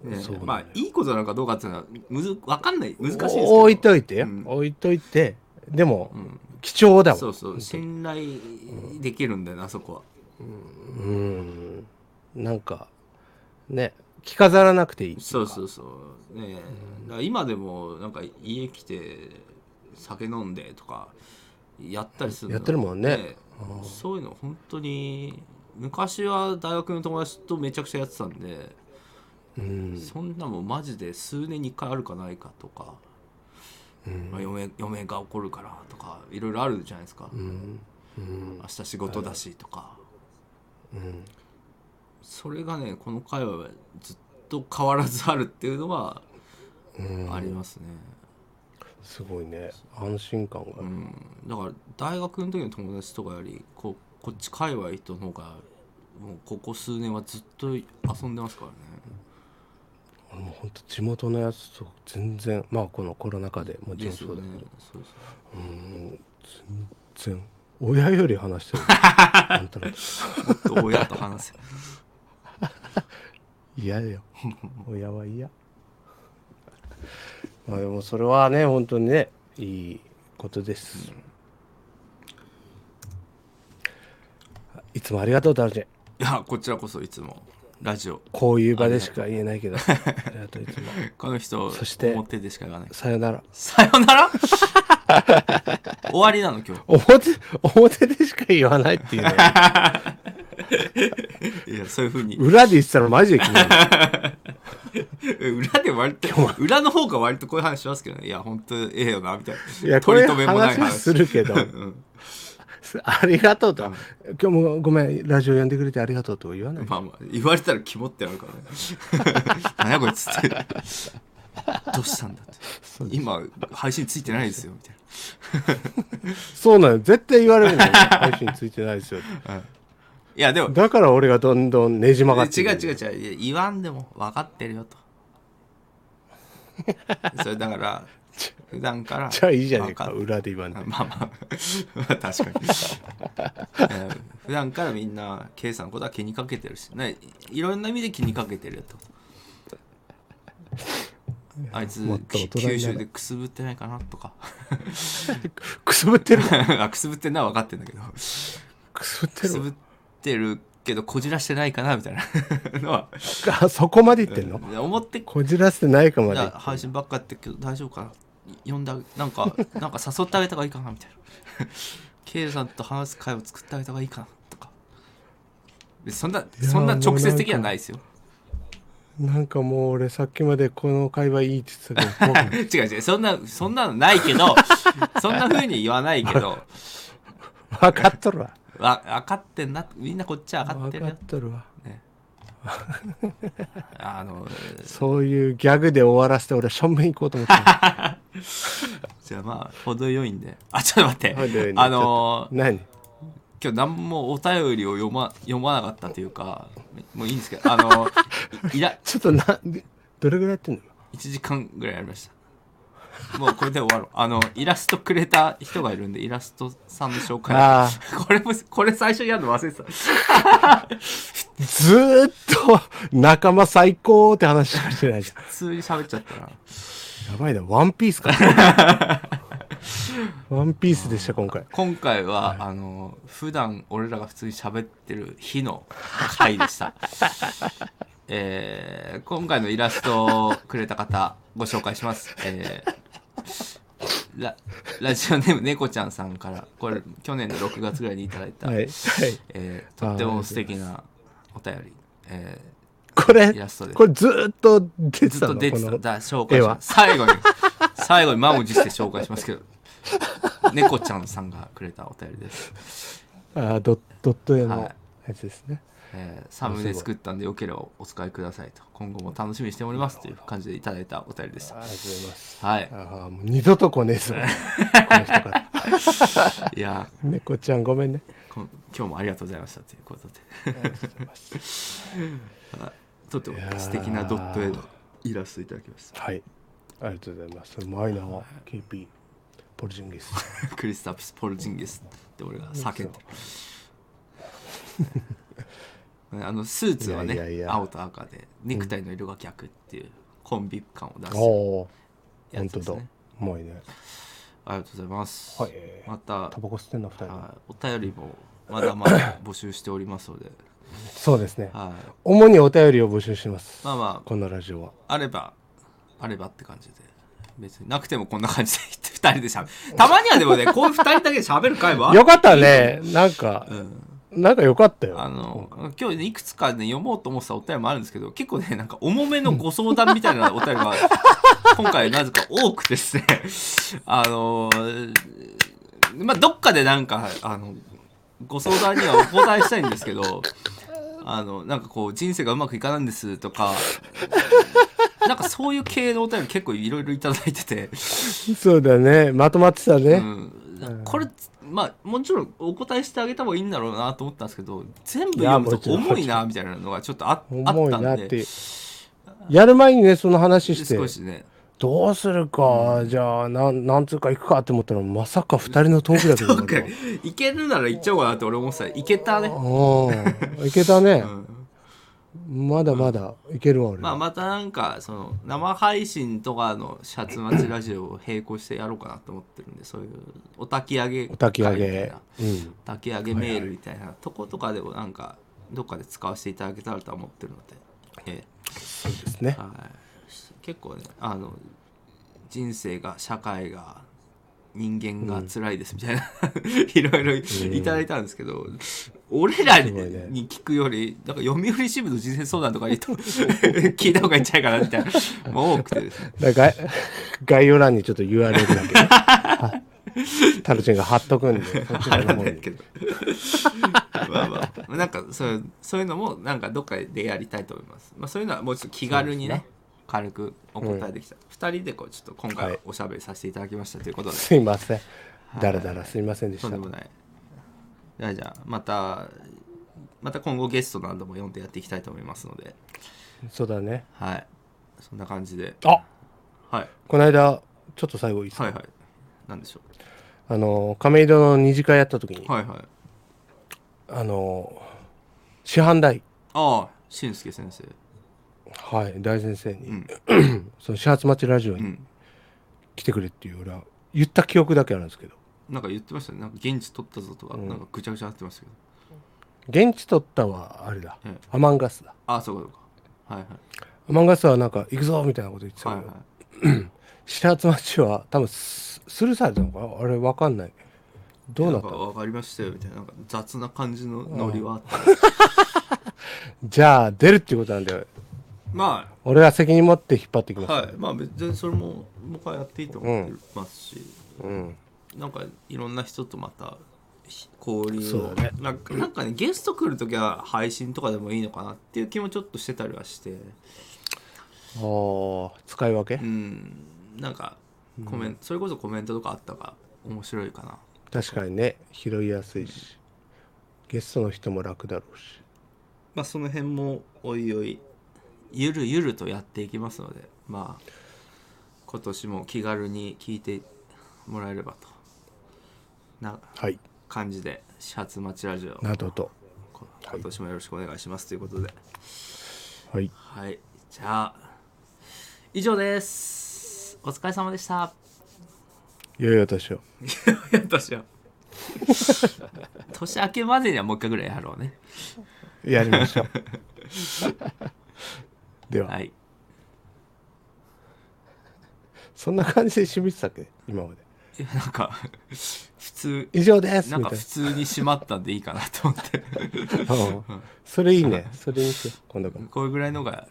[SPEAKER 4] ね
[SPEAKER 5] そうなんだよ
[SPEAKER 4] まあいいことなのかどうかっていうのはむずわかんない難しいですけど
[SPEAKER 5] 置いといて、
[SPEAKER 4] うん
[SPEAKER 5] 置いといて、でも、
[SPEAKER 4] ん
[SPEAKER 5] 貴重だもん。
[SPEAKER 4] そうそう信頼できるんだよなあそこは
[SPEAKER 5] うん、なんか、ね、着飾らなくていい。
[SPEAKER 4] そうそうそうねえだから今でもなんか家来て酒飲んでとかやったりするの
[SPEAKER 5] やってるもんね
[SPEAKER 4] えそういうの本当に昔は大学の友達とめちゃくちゃやってたんで、
[SPEAKER 5] うん、
[SPEAKER 4] そんなもんマジで数年に1回あるかないかとか、まあ、嫁嫁が怒るからとかいろいろあるじゃないですか、明日仕事だしとか、それがねこの会話はずっと変わらずあるっていうのはありますね、
[SPEAKER 5] すごいね、安心感が。
[SPEAKER 4] うんだから大学の時の友達とかよりこうこっち界隈との方がもうここ数年はずっと遊んでますからね
[SPEAKER 5] 俺も本当地元のやつと全然、まあこのコロナ禍でもちろ
[SPEAKER 4] で
[SPEAKER 5] ん
[SPEAKER 4] す
[SPEAKER 5] そ
[SPEAKER 4] よ
[SPEAKER 5] うだ
[SPEAKER 4] ね
[SPEAKER 5] けど、
[SPEAKER 4] そう
[SPEAKER 5] 全然親より話 *laughs* してるあんたら
[SPEAKER 4] そうもっと親と話せ
[SPEAKER 5] 嫌 *laughs* だよ親は嫌まあでもそれはね本当にねいいことです、いつもありがとうダルジェ
[SPEAKER 4] いやこちらこそいつもラジオ
[SPEAKER 5] こういう場でしか言えないけど、ありがとういつも。
[SPEAKER 4] この人
[SPEAKER 5] そして
[SPEAKER 4] 表でしか言わない
[SPEAKER 5] さよ *laughs* なら。
[SPEAKER 4] さよなら終わりなの今
[SPEAKER 5] 表、表でしか言わないっていうのは
[SPEAKER 4] 日いやそういうふうに
[SPEAKER 5] 裏で言ってたらマジで気になる。
[SPEAKER 4] 裏で割と裏の方が割とこういう話しますけどねいや本当ええよなみたい
[SPEAKER 5] い
[SPEAKER 4] な
[SPEAKER 5] や、こういう
[SPEAKER 4] 取り留めもない
[SPEAKER 5] 話は
[SPEAKER 4] 話
[SPEAKER 5] するけど、
[SPEAKER 4] うん
[SPEAKER 5] ありがとうと。今日もごめん、ラジオ呼んでくれてありがとうとは言わない。
[SPEAKER 4] まあまあ言われたらキモってなるからね *laughs* 何やこいつってどうしたんだって今配信ついてないですよみたいな
[SPEAKER 5] そうなの、絶対言われる
[SPEAKER 4] *laughs*
[SPEAKER 5] のよ。配信ついてないですよって。
[SPEAKER 4] いやでも
[SPEAKER 5] だから俺がどんどんねじ曲がって
[SPEAKER 4] 違
[SPEAKER 5] いうく
[SPEAKER 4] 違う違ういや言わんでも分かってる
[SPEAKER 5] *laughs*
[SPEAKER 4] よとそれだから普段から
[SPEAKER 5] じゃあいいじゃねえか、
[SPEAKER 4] 分っ
[SPEAKER 5] 裏で言わない。
[SPEAKER 4] まあまあ確かに、
[SPEAKER 5] *laughs*
[SPEAKER 4] えー普段からみんな K さんのことは気にかけてるし、ね、いろんな意味で気にかけてるよとあいつ
[SPEAKER 5] もっと大人になれ
[SPEAKER 4] 九州でくすぶってないかなとか *laughs*
[SPEAKER 5] くすぶってる。
[SPEAKER 4] あくすぶってんのは分かってんだけど
[SPEAKER 5] くすぶっ
[SPEAKER 4] く
[SPEAKER 5] て
[SPEAKER 4] すぶっ
[SPEAKER 5] る。
[SPEAKER 4] てるけどこじらしてないかなみたいなの
[SPEAKER 5] *laughs*
[SPEAKER 4] は
[SPEAKER 5] あ、そこまで言ってんの
[SPEAKER 4] 思って
[SPEAKER 5] こじらせてないかまで
[SPEAKER 4] いや。配信ばっかやってるけど大丈夫かな呼んだなん
[SPEAKER 5] *laughs*
[SPEAKER 4] かなんか誘ってあげた方がいいかなみたいな *laughs* K さんと話す会を作ってあげた方がいいかなとかそんなそんな直接的じゃないですよ *laughs*
[SPEAKER 5] なんかもう俺さっきまでこの会話いいって言って
[SPEAKER 4] *laughs*
[SPEAKER 5] たけど怖くな
[SPEAKER 4] 違う違うそんなそんなのないけど *laughs* そんな風に言わないけど
[SPEAKER 5] *laughs* い、分かっとるわ。
[SPEAKER 4] わ分かってんなみんなこっち *laughs* は分かって
[SPEAKER 5] 分
[SPEAKER 4] る
[SPEAKER 5] か
[SPEAKER 4] よ
[SPEAKER 5] っとるわ。
[SPEAKER 4] あの
[SPEAKER 5] そういうギャグで終わらせて俺正面行こうと
[SPEAKER 4] *laughs*
[SPEAKER 5] 思って。
[SPEAKER 4] じゃあまあ程よいんであちょっと待って
[SPEAKER 5] 程よいね
[SPEAKER 4] あの
[SPEAKER 5] 何
[SPEAKER 4] 今日何もお便りを読ま読まなかったというかもういいんですけどあ
[SPEAKER 5] *laughs*
[SPEAKER 4] のいいら
[SPEAKER 5] ちょっとな、どれぐらいやってんの
[SPEAKER 4] 1時間ぐらいやりましたもうこれで終わろう *laughs* あのイラストくれた人がいるんでイラストさんの紹介
[SPEAKER 5] ああ
[SPEAKER 4] *laughs* これもこれ最初にやるの忘れてた
[SPEAKER 5] ずーっと仲間最高って話しかしてないじ
[SPEAKER 4] 普通に喋っちゃったな
[SPEAKER 5] *laughs* ゃん。やばいな、ワンピースか。 *laughs* ワンピースでした、今回。
[SPEAKER 4] 今回は、あの普段俺らが普通に喋ってる日の回でした
[SPEAKER 5] *laughs*
[SPEAKER 4] えー今回のイラストをくれた方ご紹介します、えーララジオネーム猫ちゃんさんからこれ去年の6月ぐらいにいただいた、
[SPEAKER 5] はい。はい。
[SPEAKER 4] えーとっても素敵なお便り、え
[SPEAKER 5] これ
[SPEAKER 4] イラストで、
[SPEAKER 5] これずーっと出
[SPEAKER 4] ーずった
[SPEAKER 5] て
[SPEAKER 4] と
[SPEAKER 5] の
[SPEAKER 4] 出て
[SPEAKER 5] こ
[SPEAKER 4] た
[SPEAKER 5] の
[SPEAKER 4] だ紹介します最後に最後に満を持して紹介します
[SPEAKER 5] *laughs*
[SPEAKER 4] けど猫ちゃんさんがくれたお便りです、
[SPEAKER 5] あードッドット絵の
[SPEAKER 4] はい
[SPEAKER 5] やつですね。
[SPEAKER 4] えーサムネ作ったんでよければお使いくださいと今後も楽しみにしておりますという感じでいただいたお便りでした
[SPEAKER 5] ありがとうございます。
[SPEAKER 4] はい
[SPEAKER 5] ああ、もう二度と来ねえ *laughs* ぞ。この人から。
[SPEAKER 4] いや
[SPEAKER 5] 猫ちゃんごめんね。
[SPEAKER 4] ーこん今日もありがとうございましたということで *laughs* はいとっても素敵なドット絵のイラストいただきまし
[SPEAKER 5] はい。ありがとうございます。マイナー KP ポルジンギス。
[SPEAKER 4] た *laughs* クリスタプス・ポルジンギスって俺が叫んでる *laughs* ねあのスーツはね
[SPEAKER 5] いやいやいや
[SPEAKER 4] 青と赤でネクタイの色が逆っていうコンビ感を出す
[SPEAKER 5] おおー、
[SPEAKER 4] や
[SPEAKER 5] 本
[SPEAKER 4] つ
[SPEAKER 5] 当
[SPEAKER 4] です
[SPEAKER 5] だ
[SPEAKER 4] ね。
[SPEAKER 5] もういいね。
[SPEAKER 4] ありがとうございます、
[SPEAKER 5] はい
[SPEAKER 4] また
[SPEAKER 5] タバコ吸ってんの二人。
[SPEAKER 4] はい、お便りもまだま
[SPEAKER 5] *laughs*
[SPEAKER 4] だ募集しておりますので、
[SPEAKER 5] そうですね。
[SPEAKER 4] はい、
[SPEAKER 5] 主にお便りを募集します。
[SPEAKER 4] まあま
[SPEAKER 5] このラジオは。
[SPEAKER 4] ああればあればって感じで別になくてもこんな感じで2人でしゃべるたまにはでもねこういう2人だけでしゃべる会は
[SPEAKER 5] よかったね。なんか、なんかよかったよ。
[SPEAKER 4] あの今日ねいくつかね読もうと思ってたお便りもあるんですけど結構ねなんか重めのご相談みたいなお便りが今回なぜか多くてですね *laughs* あのまあどっかでなんかあのご相談にはお答えしたいんですけどあのなんかこう人生がうまくいかないんですとかなんかそういう系のお便り結構いろいろいただいてて。
[SPEAKER 5] そうだね。まとまってた
[SPEAKER 4] う
[SPEAKER 5] ね。
[SPEAKER 4] ん、これまあもちろんお答えしてあげた方がいいんだろうなと思ったんですけど全部読むと重いなみたいなのがちょっとああっ
[SPEAKER 5] 重い
[SPEAKER 4] た
[SPEAKER 5] なっ
[SPEAKER 4] んで
[SPEAKER 5] て。やる前にね、その話して。
[SPEAKER 4] 少しね *laughs*
[SPEAKER 5] どうするか、じゃあなんなんつうか行くかって思ったらまさか二人のトークだけど
[SPEAKER 4] なん *laughs* かいけるなら行っちゃおうかなって俺思ってたいけたね、
[SPEAKER 5] うんいけたね
[SPEAKER 4] う、ん、
[SPEAKER 5] まだまだいけるわ俺、
[SPEAKER 4] まあまたなんかその生配信とかのシャツ待ちラジオを並行してやろうかなと思ってるんでそういうお焚き上げ
[SPEAKER 5] お焚き上
[SPEAKER 4] 会みたい
[SPEAKER 5] げ
[SPEAKER 4] な、
[SPEAKER 5] うん、
[SPEAKER 4] 焚き上げメールみたいなとことかでもなんかどっかで使わせていただけたらとは思ってるので、え
[SPEAKER 5] そうですね
[SPEAKER 4] ーはい、結構ねあの人生が社会が人間が辛いですみたいな、いろいろいただいたんですけど、俺らに,、
[SPEAKER 5] すごいね
[SPEAKER 4] 聞くよりなんか読売新聞の人生相談とかに聞いた方がいいんじゃないかなみたいなもう多くてですね
[SPEAKER 5] だから概 *laughs* 概要欄にちょっと URL だけは
[SPEAKER 4] *laughs*
[SPEAKER 5] タルチンが貼っとくんでそちらの方
[SPEAKER 4] だ
[SPEAKER 5] に
[SPEAKER 4] けどまあまあなんかそういうそういうのもなんかどっかでやりたいと思います、まあ、そういうのはもうちょっと気軽にね軽くお答えできた、二2人でこうちょっと今回は
[SPEAKER 5] はい
[SPEAKER 4] おしゃべりさせていただきましたということで、
[SPEAKER 5] すいませんだらだらすいませんでし
[SPEAKER 4] とん
[SPEAKER 5] た
[SPEAKER 4] でもないじゃあじゃあまたまた今後ゲストなども呼んでやっていきたいと思いますので
[SPEAKER 5] そうだね
[SPEAKER 4] はいそんな感じで
[SPEAKER 5] あ
[SPEAKER 4] はい
[SPEAKER 5] この間ちょっと最後いいですか、
[SPEAKER 4] はいはいなんでしょ
[SPEAKER 5] あの亀戸の二次会やった時に、
[SPEAKER 4] うはいはい
[SPEAKER 5] あの師範代
[SPEAKER 4] ああしんすけ先生
[SPEAKER 5] はい大先生に、
[SPEAKER 4] うん
[SPEAKER 5] *clears throat* その始発待ちラジオ
[SPEAKER 4] う
[SPEAKER 5] に
[SPEAKER 4] ん
[SPEAKER 5] 来てくれっていう俺は言った記憶だけあるんですけど
[SPEAKER 4] なんか言ってましたねなんか現地取ったぞとか、
[SPEAKER 5] うん
[SPEAKER 4] なんかぐちゃぐちゃなってましたけど
[SPEAKER 5] 現地取ったはあれだ、
[SPEAKER 4] ええ
[SPEAKER 5] アマンガスだ
[SPEAKER 4] あそうかそうかはいはい
[SPEAKER 5] アマンガスはなんか行くぞみたいなこと言ってた
[SPEAKER 4] は
[SPEAKER 5] け
[SPEAKER 4] い
[SPEAKER 5] ど、
[SPEAKER 4] はい
[SPEAKER 5] 始発待ちは多分ススルーされたのかなあれわかんないどうなっ
[SPEAKER 4] なんか
[SPEAKER 5] た
[SPEAKER 4] 分かりましたよみたいななんか雑な感じのノリはあった、
[SPEAKER 5] じゃあ出るっていうことなんで
[SPEAKER 4] まあ
[SPEAKER 5] 俺は責任持って引っ張ってきます、
[SPEAKER 4] はいまあ別にそれも僕はやっていいと思ってますし、
[SPEAKER 5] うん
[SPEAKER 4] なんかいろんな人とまたひ交流
[SPEAKER 5] そ
[SPEAKER 4] を、
[SPEAKER 5] うだね
[SPEAKER 4] なんかなんかねゲスト来る時は配信とかでもいいのかなっていう気もちょっとしてたりはして
[SPEAKER 5] あー使い分け、
[SPEAKER 4] うんなんかコメント、それこそコメントとかあったが面白いかな
[SPEAKER 5] 確かにね拾いやすいしゲストの人も楽だろうし
[SPEAKER 4] まあその辺もおいおいゆるゆるとやっていきますのでまあ今年も気軽に聞いてもらえればとな
[SPEAKER 5] はい
[SPEAKER 4] 感じで始発待ちラジオ
[SPEAKER 5] などと
[SPEAKER 4] こ今年もよろしくお願いしますということで
[SPEAKER 5] はい
[SPEAKER 4] はいじゃあ以上ですお疲れ様でした
[SPEAKER 5] 良いお年を
[SPEAKER 4] いや私は年明けまでにはもう一回ぐらいやろうね
[SPEAKER 5] やり
[SPEAKER 4] *laughs*
[SPEAKER 5] ましょうでは、
[SPEAKER 4] はい
[SPEAKER 5] そんな感じで締めてたっけ今まで
[SPEAKER 4] いやなんか普通
[SPEAKER 5] 以上です
[SPEAKER 4] なん
[SPEAKER 5] み
[SPEAKER 4] か
[SPEAKER 5] たい
[SPEAKER 4] 普通に閉まったんでいいかなと思って
[SPEAKER 5] なうんそれいいねそれいいしよう今度から
[SPEAKER 4] こういうぐらいのが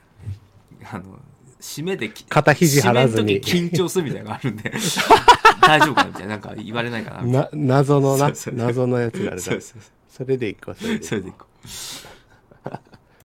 [SPEAKER 4] あの締めでき
[SPEAKER 5] 肩肘張らずに
[SPEAKER 4] 締めの時緊張するみたいなのがあるん
[SPEAKER 5] *laughs*
[SPEAKER 4] で大丈夫かなみたいななんか言われないかなみたい
[SPEAKER 5] な謎のな
[SPEAKER 4] そうそう
[SPEAKER 5] 謎のやつが
[SPEAKER 4] な
[SPEAKER 5] あるか
[SPEAKER 4] そう
[SPEAKER 5] ら
[SPEAKER 4] そうそう
[SPEAKER 5] それでいこうそれでいこ
[SPEAKER 4] それでいこう